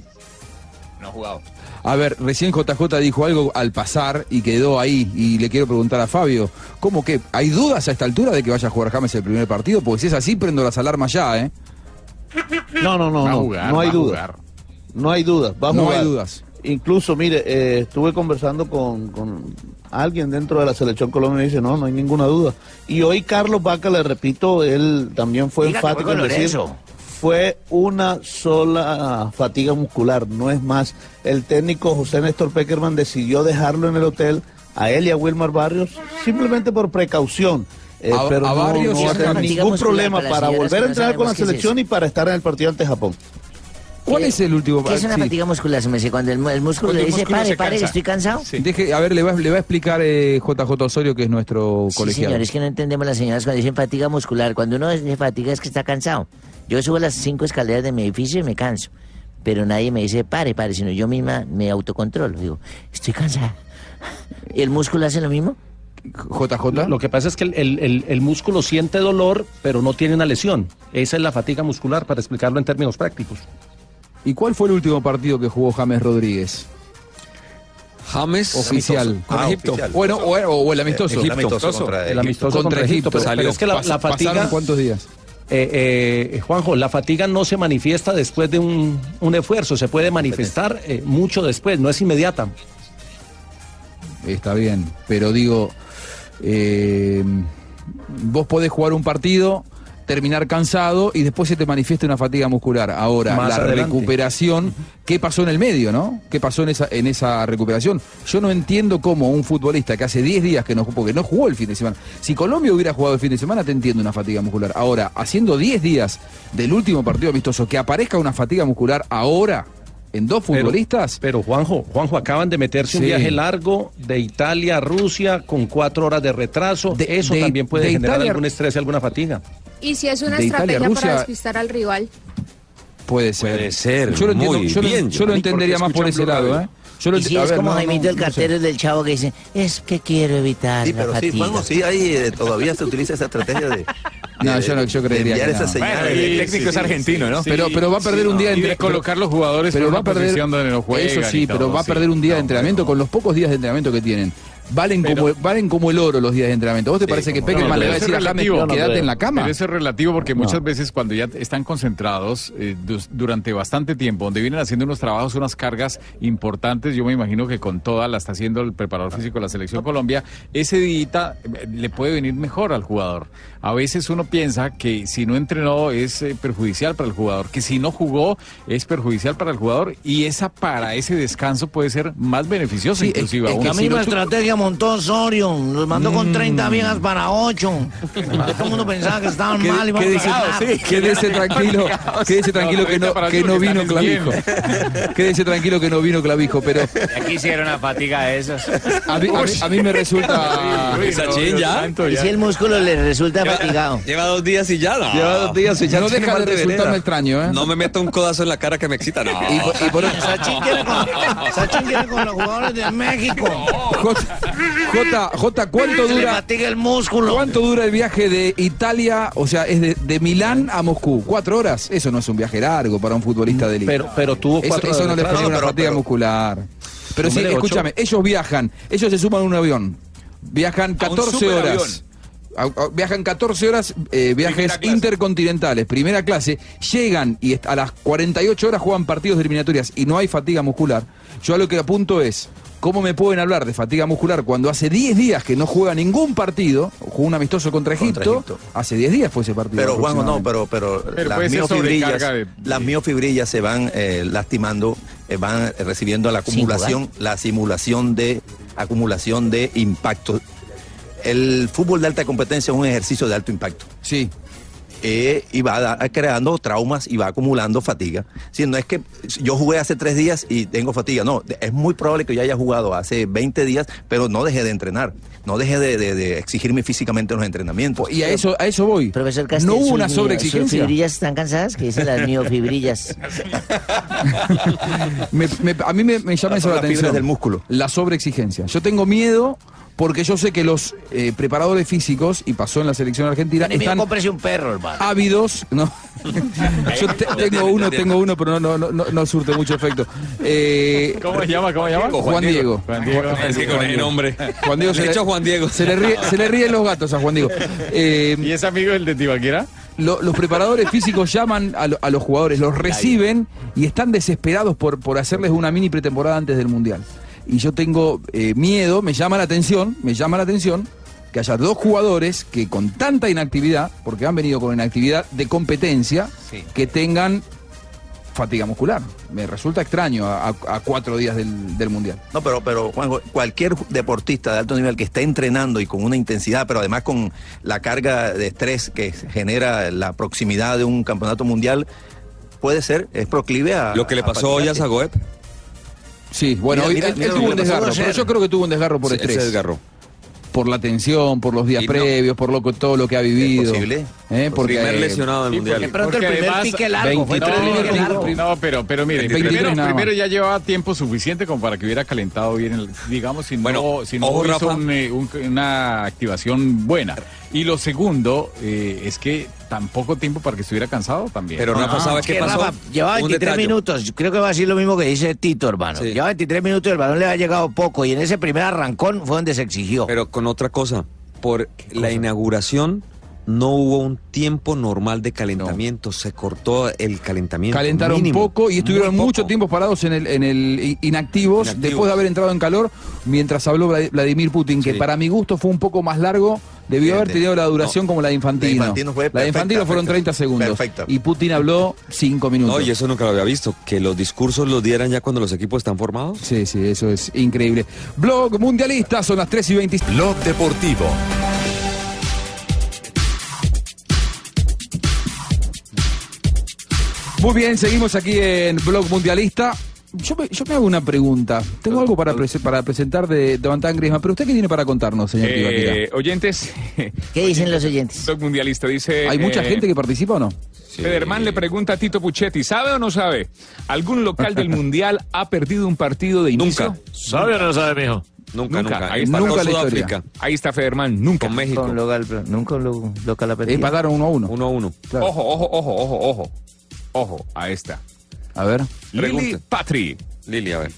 S4: No ha jugado.
S12: A ver, recién JJ dijo algo al pasar y quedó ahí. Y le quiero preguntar a Fabio, ¿cómo que hay dudas a esta altura de que vaya a jugar James el primer partido? Porque si es así, prendo las alarmas ya, ¿eh?
S9: No, no, no,
S12: Va a
S9: no,
S12: jugar,
S9: no hay
S12: va a
S9: dudas.
S12: jugar.
S9: No hay dudas, va a
S12: No
S9: jugar.
S12: hay dudas.
S9: Incluso, mire, eh, estuve conversando con, con alguien dentro de la selección Colombia y me dice, no, no hay ninguna duda. Y hoy Carlos Vaca, le repito, él también fue
S5: Diga que
S9: enfático
S5: fue
S9: en
S5: con
S9: decir,
S5: Lorenzo.
S9: fue una sola fatiga muscular, no es más. El técnico José Néstor Peckerman decidió dejarlo en el hotel a él y a Wilmar Barrios simplemente por precaución. Eh,
S12: A-
S9: pero
S12: a
S9: no-
S12: Barrios
S9: no,
S12: y
S9: va
S12: a
S9: a tener
S12: James.
S9: ningún
S12: Fatiga
S9: problema para
S12: muscular para las señoras
S9: volver a
S12: que no
S9: entrar con la
S12: sabemos qué es
S9: selección y para estar en el partido ante Japón.
S12: ¿Cuál es el último
S5: ¿Qué es una
S12: Sí.
S5: fatiga muscular? Se me dice cuando el, mu- el músculo
S12: Cuando
S5: le
S12: el
S5: dice,
S12: músculo
S5: pare,
S12: se
S5: pare, que
S12: cansa".
S5: estoy cansado.
S12: Deje, a ver, le va, le va a explicar eh, JJ Osorio, que es nuestro
S5: Sí,
S12: colegiado.
S5: señor, es que no entendemos las señoras cuando dicen fatiga muscular. Cuando uno dice fatiga es que está cansado. Yo subo las cinco escaleras de mi edificio y me canso. Pero nadie me dice, pare, pare, sino yo misma me autocontrolo. Digo, estoy cansada. ¿Y el músculo hace lo mismo?
S12: JJ.
S28: Lo que pasa es que el, el- el- el músculo siente dolor, pero no tiene una lesión. Esa es la fatiga muscular, para explicarlo en términos prácticos.
S12: ¿Y cuál fue el último partido que jugó James Rodríguez?
S14: James
S12: Oficial.
S14: Con
S12: Ah,
S14: Egipto.
S12: oficial. Bueno, o, o- o Eh, el amistoso.
S14: Egipto. El amistoso contra
S28: El amistoso contra, Egipto. pero-
S12: Salió.
S28: pero es que la,
S12: Pas-
S28: la fatiga...
S12: ¿Pasaron cuántos días?
S28: Eh, eh, Juanjo, la fatiga no se manifiesta después de un, un esfuerzo, se puede manifestar eh, mucho después, no es inmediata.
S12: Está bien, pero digo, eh, vos podés jugar un partido terminar cansado y después se te manifiesta una fatiga muscular. Ahora,
S22: Más
S12: la
S22: adelante.
S12: recuperación, ¿qué pasó en el medio, no? ¿Qué pasó en esa, en esa recuperación? Yo no entiendo cómo un futbolista que hace 10 días que no jugó, porque no jugó el fin de semana. Si Colombia hubiera jugado el fin de semana, te entiendo una fatiga muscular. Ahora, haciendo 10 días del último partido amistoso, que aparezca una fatiga muscular ahora, en dos futbolistas.
S28: Pero, Juanjo, Juanjo, acaban de meterse un
S12: Sí.
S28: viaje largo de Italia a Rusia con cuatro horas de retraso. Eso
S12: de-
S28: también puede
S12: de
S28: generar
S12: Italia-
S28: algún estrés y alguna fatiga.
S18: Y si es una
S12: De Italia,
S18: estrategia
S12: Rusia-
S18: para despistar al rival.
S12: Puede ser. Puede ser. Yo lo, entiendo,
S14: muy
S12: yo lo-
S14: bien.
S12: yo lo
S14: ¿Y por qué
S12: entendería más
S14: escuchan
S12: por ese
S14: Blue
S12: lado,
S14: Radio?
S12: ¿eh? Yo lo
S5: y
S12: enti-
S5: si
S12: a
S5: es
S12: ver,
S5: como
S12: no, no,
S5: Jaimito el
S12: no sé.
S5: cartero del chavo que dice, es que quiero evitar
S6: Sí,
S5: la
S6: pero sí,
S5: fatiga.
S6: Juanjo, sí, ahí eh, todavía se utiliza esa estrategia de.
S12: No, yo no, yo creería
S6: enviar
S12: que
S6: esas
S12: no.
S6: señales
S12: Bueno, y el
S6: de-
S12: técnico
S6: sí,
S12: es
S6: sí,
S12: argentino,
S6: sí,
S12: ¿no?
S6: sí,
S12: pero pero va a
S6: sí,
S12: perder un
S6: no.
S12: día
S6: Y de
S12: entre
S6: colocar los jugadores
S12: pero
S6: en una
S12: va a perder
S6: posición donde no juegan
S12: Eso sí,
S6: y
S12: pero
S6: todo,
S12: va a
S6: sí.
S12: perder un día de entrenamiento con los pocos días de entrenamiento que tienen. Valen como valen como el oro los días de entrenamiento. ¿Vos te parece que
S7: No,
S12: Peckerman
S7: pero
S12: le va a
S7: eso es
S12: decir a James,
S7: relativo.
S12: quédate en la
S7: Pero
S12: cama?
S7: eso es relativo porque muchas veces cuando ya están concentrados eh, dus- durante bastante tiempo, donde vienen haciendo unos trabajos, unas cargas importantes, yo me imagino que con toda la está haciendo el preparador físico de la Selección Colombia, ese día eh, le puede venir mejor al jugador. A veces uno piensa que si no entrenó es eh, perjudicial para el jugador, que si no jugó es perjudicial para el jugador y esa para ese descanso puede ser más beneficiosa
S22: Sí, es-
S7: inclusive.
S22: es
S7: aún.
S22: que la
S7: Si
S22: misma
S7: lo chu-
S22: estrategia montó Osorio. Nos mandó con 30 viejas para 8. Todo el mundo pensaba que estaban
S12: Mm. Qué-
S22: mal y
S12: qué dice- sí, quédese tranquilo, quédese tranquilo que no, que no vino clavijo. Quédese tranquilo que no vino clavijo, pero
S3: Aquí hicieron la fatiga de esos.
S12: a mí, a mí- a mí me resulta.
S5: Y si el músculo le resulta fatigado.
S14: Lleva dos días y ya no.
S12: Lleva dos días y ya
S14: No
S12: tiene
S14: deja de
S12: mal de
S14: resultarme
S12: venera.
S14: extraño, ¿eh? No me meto un codazo en la cara que me excita, no.
S12: Y por- y por-
S22: Sachin quiere con, Sachin quiere con los jugadores de México.
S12: Jota, Jota, ¿cuánto
S22: Se le
S12: dura?
S22: fatiga el músculo.
S12: ¿Cuánto dura el viaje de Italia? O sea, es de, de Milán a Moscú. ¿Cuatro horas? Eso no es un viaje largo para un futbolista de élite.
S28: Pero- pero tuvo
S12: Eso-
S28: cuatro
S12: Eso, no
S28: horas
S12: le
S28: de
S12: genera una
S28: trabajo.
S12: fatiga
S28: Pero-
S12: muscular. Pero sí,
S28: Hombre, ocho.
S12: escúchame, ellos viajan, ellos se suman a un avión. Viajan 14
S28: superavión.
S12: horas. A- a- Viajan 14 horas, eh, viajes intercontinentales, primera clase, llegan y est- a las 48 horas juegan partidos de eliminatorias y no hay fatiga muscular. Yo a lo que apunto es, ¿cómo me pueden hablar de fatiga muscular cuando hace 10 días que no juega ningún partido? Jugó un amistoso contra Egipto, hace 10 días fue ese partido.
S6: Pero Juanjo, no,
S12: aproximadamente.
S6: pero, pero,
S12: Pero puede
S6: las,
S12: ser
S6: miofibrillas,
S12: sobrecarga de-
S6: las miofibrillas se van eh, lastimando, eh, van recibiendo la acumulación, la simulación de acumulación de impacto. El fútbol de alta competencia es un ejercicio de alto impacto. Eh,
S12: Sí.
S6: y va da- creando traumas y va acumulando fatiga. Si no es que yo jugué hace tres días y tengo fatiga, no, de- es muy probable que yo haya jugado hace 20 días, pero no dejé de entrenar, no dejé de, de- de exigirme físicamente en los entrenamientos.
S12: Y a eso, a eso voy.
S5: Profesor Castel,
S12: no hubo
S5: sus-
S12: una
S5: ¿Sus
S12: sobreexigencia.
S5: fibrillas están cansadas? Que dicen las miofibrillas.
S12: Me- me- a mí me, me llama eso la
S6: las fibras
S12: atención.
S6: del músculo.
S12: La sobreexigencia. Yo tengo miedo porque yo sé que los eh, preparadores físicos, y pasó en la selección argentina,
S22: Enemigo,
S12: están
S22: cómprese un perro, hermano.
S12: ávidos. No. Yo te- tengo uno, tengo uno, pero no, no, no, no surte mucho efecto. Eh,
S7: ¿Cómo se llama? ¿Cómo se llama?
S12: Juan Diego.
S7: Juan Diego.
S12: Es que con ese nombre. Juan Diego
S7: Le
S12: se le,
S7: echo Juan Diego.
S12: Se le, ríe- se le ríen los gatos a Juan Diego. ¿Y
S7: es amigo del de Tibaquira?
S12: los preparadores físicos llaman a, lo- a los jugadores, los reciben y están desesperados por, por hacerles una mini pretemporada antes del Mundial. Y yo tengo eh, miedo, me llama la atención, me llama la atención que haya dos jugadores que con tanta inactividad, porque han venido con inactividad de competencia,
S22: Sí.
S12: que tengan fatiga muscular. Me resulta extraño a, a- a cuatro días del, del Mundial.
S6: No, pero, pero Juanjo, cualquier deportista de alto nivel que esté entrenando y con una intensidad, pero además con la carga de estrés que genera la proximidad de un campeonato mundial, puede ser, es proclive a...
S14: Lo que le pasó hoy a
S6: fatigarse.
S14: Zagoep.
S12: Sí, bueno,
S14: Mira,
S12: hoy
S14: mira,
S12: él, él
S14: mira lo
S12: tuvo
S14: que
S12: un
S14: le pasó
S12: desgarro,
S14: ayer.
S12: pero yo creo que tuvo un desgarro por
S14: Sí, él se
S12: estrés.
S14: desgarró.
S12: Por la tensión, por los días previos, por lo, que- todo lo que ha vivido.
S14: posible.
S12: ¿Eh? Porque,
S7: Pues
S14: Primer
S12: eh,
S14: lesionado del
S12: sí,
S14: Mundial.
S12: porque-
S7: Porque además, 23
S12: no,
S7: minutos.
S12: no, no,
S7: No, pero, pero mire,
S12: 23
S7: primero,
S12: nada más.
S7: primero ya llevaba tiempo suficiente como para que hubiera calentado bien, el- digamos, si no, si no
S14: ojo,
S7: hizo
S14: Rafa.
S7: un, eh, un- una activación buena. Y lo segundo eh, es que tan poco tiempo para que estuviera cansado también.
S14: Pero Rafa, ¿sabe
S7: Ah, Es
S14: qué
S7: que
S14: pasó?
S7: Rafa,
S14: Un
S18: Lleva 23
S7: detalle.
S18: minutos. Yo Creo que va a decir lo mismo que dice Tito, hermano. Lleva 23 minutos y el balón le ha llegado poco. Y en ese primer arrancón fue donde se exigió.
S14: Pero con otra cosa, por la inauguración no hubo un tiempo normal de calentamiento, se cortó el calentamiento.
S12: Calentaron
S14: mínimo,
S12: poco y
S14: muy
S12: estuvieron
S14: poco.
S12: mucho tiempo parados en el, en el i- inactivos,
S14: Inactivos.
S12: después de haber entrado en calor mientras habló Vlad- Vladimir Putin, que
S6: Sí.
S12: para mi gusto fue un poco más largo, debió
S6: Sí,
S12: haber
S6: de-
S12: tenido la duración como la de Infantino.
S6: La de Infantino fue
S12: la de
S6: perfecta,
S12: Infantino fueron
S6: perfecta.
S12: 30 segundos
S6: Perfecta.
S12: y Putin habló 5 minutos.
S14: No, y eso nunca lo había visto, que los discursos los dieran ya cuando los equipos están formados.
S12: Sí, sí, eso es increíble. Blog mundialista, son las 3 y 20. Blog deportivo. Muy bien, seguimos aquí en Blog Mundialista. Yo me, yo me hago una pregunta. Tengo algo para, prese- para presentar de, de Van Griezmann, pero ¿usted qué tiene para contarnos, señor Tibaquira?
S4: Eh, oyentes.
S5: ¿Qué dicen los oyentes?
S4: Blog mundialista dice.
S12: ¿Hay mucha
S4: eh,
S12: gente que participa o no?
S4: Federman le pregunta a Tito Puchetti, ¿sabe o no sabe? ¿Algún local del Mundial ha perdido un partido de inicio?
S11: Nunca. ¿Sabe o no sabe, mijo?
S14: Nunca,
S4: nunca. Ahí está
S12: Nunca
S4: con
S12: la
S4: Sudáfrica.
S12: historia.
S4: Ahí está Federman, nunca. Con México.
S5: nunca lo, local ha perdido.
S12: Empataron 1 a 1.
S14: 1 a 1.
S4: Ojo, ojo, ojo, ojo, ojo. Ojo, a esta.
S12: A ver.
S4: Lili Patri.
S14: Lili, a ver.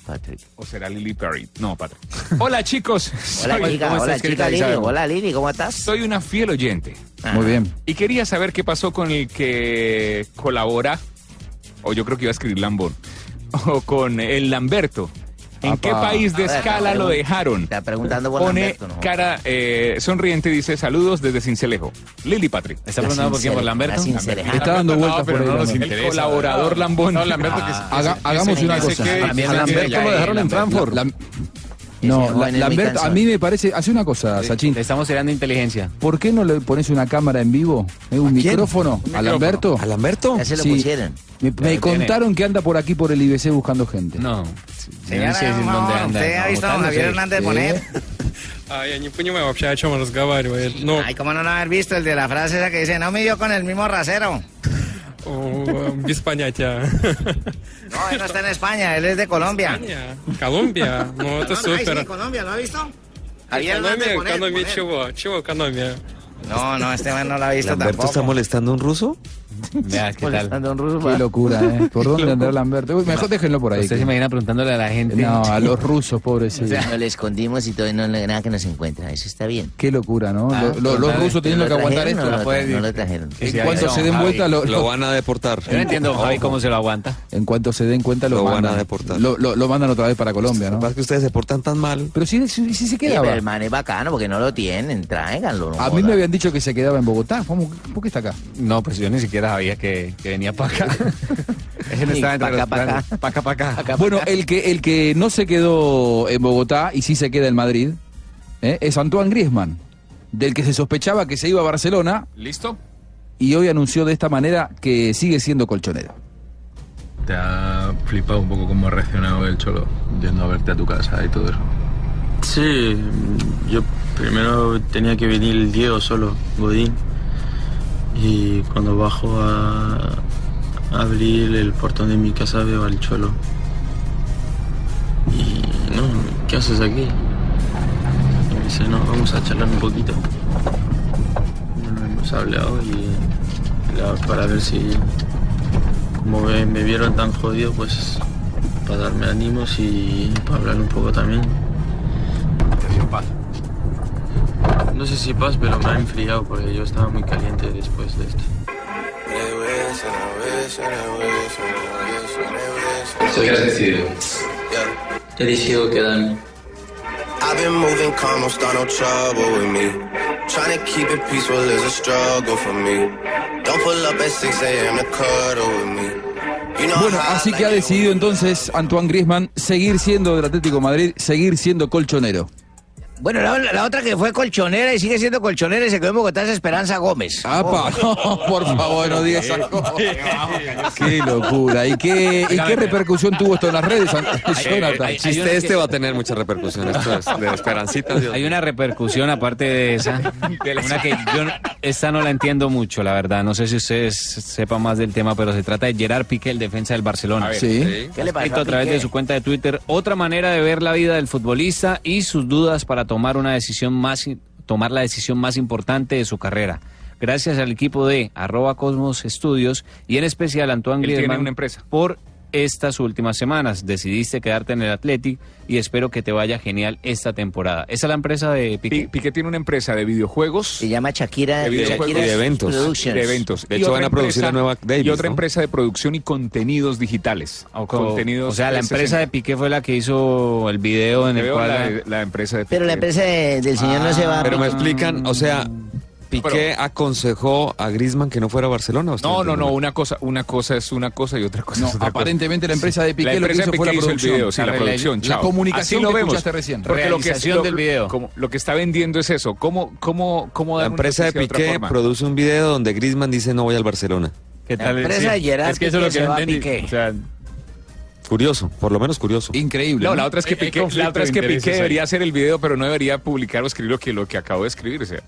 S4: ¿O será Lily Perry? No, Patrick. Hola, chicos.
S5: Hola,
S4: Soy-
S5: chica.
S4: ¿Cómo
S5: Hola,
S4: estás, querida
S5: chica Lili.
S4: Isabel?
S5: Hola, Lili. ¿Cómo estás?
S4: Soy una fiel oyente.
S12: Muy bien.
S4: Y quería saber qué pasó con el que colabora, o yo creo que iba a escribir Lambón, o con el Lamberto. ¿En
S5: Apa.
S4: qué país de
S5: Ah, A ver,
S4: escala
S5: la
S4: lo
S5: pregun-
S4: dejaron?
S5: Está preguntando por
S4: Pone
S5: Lamberto, ¿no?
S4: cara eh, sonriente y dice saludos desde Cincelejo. Lili Patrick.
S3: ¿Está preguntando por quién? ¿Por Lamberto?
S4: Lamberto.
S12: Está dando vueltas
S4: no, pero
S12: por ahí,
S4: no nos
S12: Lamberto.
S4: interesa. El colaborador Lambón. Ah.
S12: No, Lamberto que se- Ah, Haga- que se- hagamos que una se cosa. quede- A que se Lamberto quede ya lo dejaron en ahí, Frankfurt. No,
S3: joven
S12: la-
S3: es muy
S12: Lamberto, a
S3: cansón.
S12: mí me parece, hace una cosa, Sachin.
S3: Le estamos tirando inteligencia.
S12: ¿Por qué no le pones una cámara en vivo? ¿Eh? ¿Un micrófono? ¿A Lamberto?
S14: ¿A Lamberto?
S12: Ya se lo Sí. pusieron. Me, me
S3: lo tiene.
S12: contaron que anda por aquí por el IBC buscando gente.
S3: No.
S12: Señora, no, usted ha visto a Javier Hernández Bonet.
S8: Я не понимаю вообще, о чем он разговаривает. Но
S18: Ay, cómo no lo haber visto, el de la frase esa que dice, no me dio con el mismo rasero.
S8: о, без понятия.
S18: No, él no está en España, él es de Colombia.
S8: Колумбия, ну это
S18: Ay, sí,
S8: супер.
S18: Colombia, ¿lo ha visto? Javier Hernández
S8: Экономия,
S18: Bonet,
S8: экономия
S18: Bonet.
S8: чего? Чего экономия?
S18: No, no, este man no lo ha visto
S14: ¿Lamberto
S18: tampoco.
S14: está molestando a un ruso?
S18: Molestando a un
S5: pues.
S18: ruso,
S12: Qué
S18: va.
S12: locura, ¿eh? ¿Por dónde andará Lamberto? Uy, Pues Mejor déjenlo por ahí.
S3: Usted se
S12: que-
S3: imagina preguntándole a la gente.
S12: No, a los rusos,
S5: O
S12: pobrecitos.
S5: sea, no le escondimos y todo, y no le- nada que nos encuentra. Eso está bien.
S12: Qué locura, ¿no?
S5: Ah,
S12: Lo- lo- los
S5: total.
S12: rusos teniendo que
S5: ¿Lo
S12: aguantar
S5: trajeron
S12: esto.
S5: o no lo tra- no lo trajeron?
S12: En cuanto se den vuelta, lo,
S14: Lo van a deportar.
S12: Yo no entiendo, Javi, cómo
S3: se lo aguanta.
S12: En cuanto se den cuenta, lo,
S14: Lo van
S12: mandan.
S14: a deportar.
S12: Lo, lo- lo mandan otra vez para Colombia, ¿no?
S14: Lo que pasa es que ustedes se portan tan mal.
S12: Pero si, si, si se Ah,
S5: Sí,
S12: quedaba.
S5: pero el man es bacano porque no lo tienen, tráiganlo. no
S12: a mí
S5: jodan.
S12: me habían dicho que se quedaba en Bogotá. ¿Cómo- ¿Por qué está acá?
S3: No, pues yo ni siquiera sabía que, que venía para acá. Ese no
S12: Sí,
S3: estaba entre
S12: pa' acá,
S3: los
S12: pa' acá.
S3: planes. Pa' acá, pa' acá.
S12: Bueno, el que, el que no se quedó en Bogotá y sí se queda en Madrid ¿eh? es Antoine Griezmann, del que se sospechaba que se iba a Barcelona
S4: ¿Listo?
S12: y hoy anunció de esta manera que sigue siendo colchonero.
S13: ¿Te ha flipado un poco cómo ha reaccionado el Cholo yendo a verte a tu casa y todo eso?
S29: Sí, yo primero tenía que venir el Diego solo, Godín. Y cuando bajo a abrir el portón de mi casa veo al Cholo. Y no, ¿qué haces aquí? Y me dice, no, vamos a charlar un poquito. Bueno, hemos hablado y la- para ver si, como ve- me vieron tan jodido, pues para darme ánimos y para hablar un poco también. paz? No sé si paz, pero me ha enfriado porque yo estaba muy caliente después de esto. ¿Qué has decidido? He decidido quedarme.
S19: I've been moving calm, don't start no trouble with me. Trying to keep it peaceful is a struggle for me. Don't pull up at 6 a.m. to cuddle with me. You know
S12: Bueno,
S19: how I
S12: así que ha decidido entonces Antoine Griezmann seguir siendo del Atlético de Madrid, seguir siendo colchonero.
S18: Bueno, la, la otra que fue colchonera y sigue siendo colchonera y se quedó en Bogotá es Esperanza Gómez.
S12: ¡Apa!
S5: Oh.
S12: No, por favor, no digas esas cosas. ¡Qué locura! ¿Y qué, Eh,
S3: Ah,
S12: y qué repercusión tuvo esto en las redes, An- Jonathan?
S14: El chiste este va a tener mucha repercusión. Esto es de Esperancita. Dios.
S3: Hay una repercusión aparte de esa. Una que yo no- esta no la entiendo mucho, la verdad. No sé si ustedes sepan más del tema, pero se trata de Gerard Piqué, el defensa del Barcelona.
S5: A ver, Sí. sí. ¿Qué le pasó
S3: Escrito
S5: a
S3: a través
S5: Piqué?
S3: de su cuenta de Twitter. Otra manera de ver la vida del futbolista y sus dudas para tomar una decisión más i- tomar la decisión más importante de su carrera. Gracias al equipo de arroba Cosmos Estudios y en especial a Antoine
S4: Él tiene
S3: Griezmann
S4: una empresa.
S3: por estas últimas semanas. Decidiste quedarte en el Athletic y espero que te vaya genial esta temporada. Esa es la empresa de Piqué.
S4: Piqué tiene una empresa de videojuegos. Se
S5: llama Shakira.
S4: de videojuegos
S5: Shakira
S4: y de eventos.
S5: Productions.
S4: De eventos.
S5: De
S4: Y
S5: hecho,
S4: otra
S5: van a producir
S4: empresa-
S5: la nueva Davis,
S4: Y otra
S5: ¿no?
S4: empresa de producción y contenidos digitales. O,
S3: Co- o sea,
S4: este
S3: la empresa de Piqué fue la que hizo el video en el
S4: Veo
S3: cual...
S4: la- empresa de
S5: Pero la empresa de- del señor no se va a... Mm.
S8: Pero me explican, o sea, Piqué aconsejó a Griezmann que no fuera a Barcelona. ¿o está
S4: No, no,
S8: entendiendo?
S4: no, una cosa, una cosa es una cosa y otra cosa es otra cosa.
S12: aparentemente la empresa de Piqué
S4: la
S12: lo que
S4: empresa
S12: hizo
S4: de
S12: fue la
S4: Piqué hizo el
S12: producción.
S4: video, sí, la
S12: La- la-
S4: producción,
S12: la
S4: chao.
S12: comunicación
S4: Así lo
S12: que
S4: vemos.
S12: escuchaste recién.
S4: Porque
S12: Realización
S4: lo que,
S12: del
S4: video. Como, lo que está vendiendo es eso. ¿Cómo, cómo, cómo
S8: La
S4: dar una
S8: empresa de
S4: noticia otra
S8: Piqué
S4: forma?
S8: produce un video donde Griezmann dice no voy al Barcelona.
S3: ¿Qué
S5: La tal? empresa Sí, de Gerard es que eso es lo Piqué que se no va a entendí. Piqué.
S8: Curioso, por lo menos curioso.
S12: Increíble.
S4: No, Eh, la otra es que
S14: Eh,
S8: Hay- hay
S4: Piqué,
S8: conflicto
S4: la otra es
S8: de
S4: que
S8: intereses
S4: Piqué
S8: ahí.
S4: debería hacer el video, pero no debería publicar o escribir lo que, lo que acabo de escribir. O sea,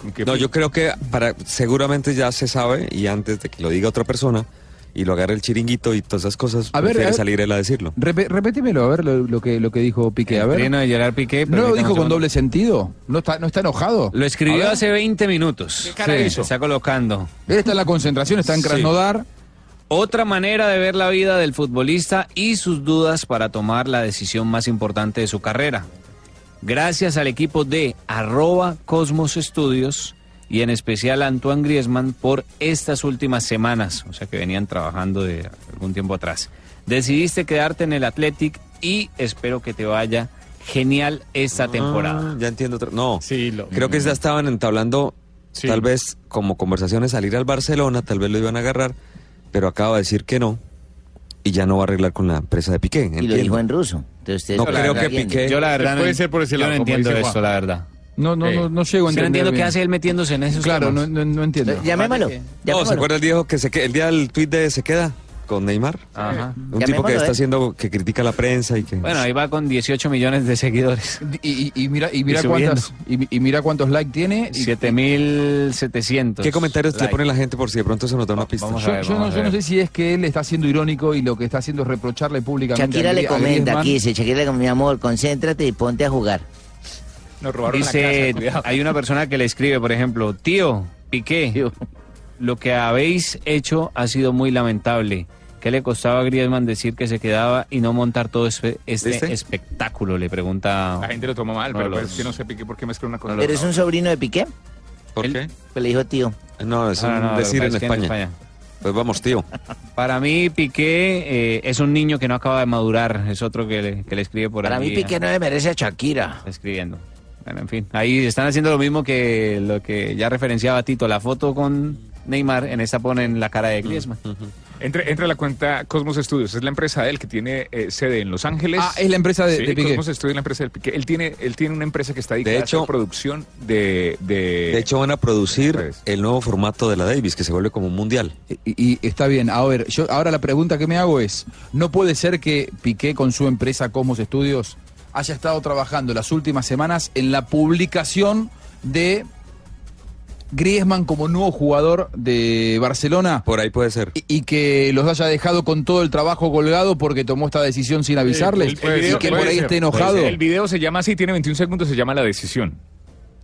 S4: ¿con qué
S8: No,
S4: fin?
S8: yo creo que para seguramente ya se sabe y antes de que lo diga otra persona y lo agarre el chiringuito y todas esas cosas,
S12: A ver,
S8: prefiere
S12: a ver.
S8: salir él a decirlo.
S12: Repe- repetímelo, a ver lo, lo que, lo que dijo Piqué. A ver.
S3: Trino de Gerard Piqué.
S12: ¿No lo
S3: permítame un
S12: dijo con
S3: segundo.
S12: doble sentido? ¿No está, no está enojado?
S3: Lo
S12: A ver.
S3: escribió hace 20 minutos.
S12: ¿Qué cara hizo?
S3: se está colocando.
S12: Él está en la concentración, está en
S3: Sí.
S12: Krasnodar.
S3: Otra manera de ver la vida del futbolista y sus dudas para tomar la decisión más importante de su carrera. Gracias al equipo de arroba Cosmos Estudios y en especial a Antoine Griezmann por estas últimas semanas, o sea que venían trabajando de algún tiempo atrás. Decidiste quedarte en el Athletic y espero que te vaya genial esta temporada.
S8: Ah, ya entiendo. otra- No, creo que ya estaban entablando, tal vez como conversaciones, salir al Barcelona, tal vez lo iban a agarrar, pero acaba de decir que no y ya no va a arreglar con la empresa de Piqué.
S5: Y lo
S8: entiendo.
S5: dijo en ruso. Entonces ustedes
S8: No
S5: lo
S8: creo que
S5: entienden.
S8: Piqué- Yo la verdad no- Puede ser por ese yo no lado, como entiendo dice Juan.
S3: Eso, la verdad.
S12: No, no,
S3: Sí.
S12: no, no llego a
S3: Yo no
S12: entender.
S3: entiendo
S12: bien.
S3: qué hace él metiéndose en esos
S12: Claro, no,
S3: temas.
S12: no, no entiendo.
S5: Llamémoslo.
S8: No, ¿se
S5: Llamémoslo.
S8: acuerda el día que se que- el día del tuit de se queda con Neymar?
S3: Ajá.
S8: Un tipo que
S3: Llamémoslo,
S8: está
S3: ¿eh?
S8: haciendo que critica a la prensa y que
S3: Bueno, ahí va con 18 millones de seguidores.
S12: Y, y- y mira, y mira
S3: Y subiendo.
S12: cuántas, y, mi- y mira cuántos likes tiene. y-
S3: 7700.
S8: ¿Qué comentarios le
S3: likes.
S8: pone la gente por si de pronto se nos da una pista?
S3: vamos a
S12: Yo, yo no, yo no sé si es que él está siendo irónico y lo que está haciendo es reprocharle públicamente.
S5: Shakira
S12: a Gri-
S5: le
S12: a
S5: comenta,
S12: Griezmann.
S5: aquí dice, Shakira le comenta, mi amor, concéntrate y ponte a jugar.
S4: Nos
S3: Dice, hay una persona que le escribe, por ejemplo, tío, Piqué, lo que habéis hecho ha sido muy lamentable. ¿Qué le costaba a Griezmann decir que se quedaba y no montar todo este, este
S4: ¿Viste?
S3: espectáculo? Le pregunta...
S4: La gente lo toma mal,
S3: No,
S4: pero
S3: los-
S4: pues, yo no sé Piqué por qué mezcla una cosa.
S5: ¿Pero es un sobrino de Piqué?
S8: ¿Por qué?
S5: Pues le dijo tío.
S8: No, es
S3: No, no,
S8: un
S3: no, lo
S8: decir
S3: que
S8: en
S3: pasa es que
S8: España. Pues vamos, tío.
S3: Para mí, Piqué eh, es un niño que no acaba de madurar. Es otro que le, que le escribe por
S5: Para
S3: aquí,
S5: mí Piqué
S3: eh,
S5: no le merece a Shakira.
S3: está escribiendo. Bueno, en fin. Ahí están haciendo lo mismo que lo que ya referenciaba Tito. La foto con Neymar, en esta ponen la cara de Griezmann.
S4: Entra, entra a la cuenta Cosmos Studios, es la empresa de él que tiene eh, sede en Los Ángeles.
S12: Ah, es la empresa de-
S4: Sí,
S12: de Piqué.
S4: Cosmos Studios es la empresa del Piqué. Él tiene, él tiene una empresa que está dedicada a
S8: hecho-
S4: la producción de, de,
S8: De hecho, van a producir el nuevo formato de la Davis, que se vuelve como un mundial.
S12: Y, y está bien. A ver, yo ahora la pregunta que me hago es: ¿no puede ser que Piqué con su empresa Cosmos Studios haya estado trabajando las últimas semanas en la publicación de Griezmann como nuevo jugador de Barcelona?
S8: Por ahí puede ser.
S12: Y, y que los haya dejado con todo el trabajo colgado porque tomó esta decisión sin avisarles.
S4: El- el video-
S12: y que
S4: puede
S12: por ahí
S4: ser,
S12: esté
S4: puede
S12: enojado.
S4: ser. El video se llama así, tiene 21 segundos, se llama La Decisión.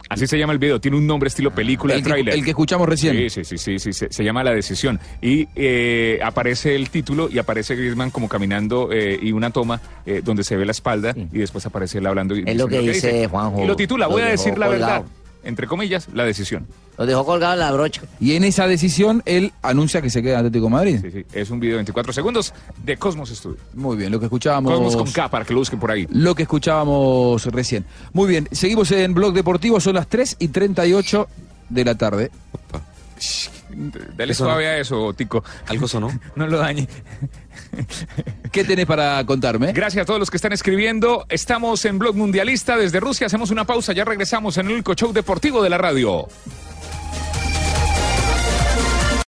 S4: Así se llama el video, tiene un nombre estilo
S12: Ah,
S4: película,
S12: El
S4: el
S12: que-
S4: tráiler.
S12: el que escuchamos recién.
S4: Sí, sí, sí, sí, sí, se, se llama La Decisión. Y eh, aparece el título y aparece Griezmann como caminando eh, y una toma eh, donde se ve la espalda y después aparece él hablando. Y
S5: Es lo
S4: diciendo
S5: que
S4: qué
S5: dice Juanjo,
S4: Y lo titula,
S5: lo
S4: voy a
S5: dejó
S4: decir la verdad,
S5: colgado.
S4: entre comillas, La Decisión.
S5: Lo dejó colgado la brocha.
S12: Y en esa decisión él anuncia que se queda en Atlético de Madrid.
S4: Sí, sí, es un video de 24 segundos de Cosmos Studio.
S12: Muy bien, lo que escuchábamos.
S4: Cosmos con K para que lo busquen por ahí.
S12: Lo que escuchábamos recién. Muy bien, seguimos en Blog Deportivo, son las 3 y 38 de la tarde.
S4: Dale
S12: Eso
S4: suave a eso, Tico.
S8: Algo sonó.
S4: no lo dañe.
S12: ¿Qué tenés para contarme?
S4: Gracias a todos los que están escribiendo. Estamos en Blog Mundialista desde Rusia. Hacemos una pausa. Ya regresamos en el único show deportivo de la radio.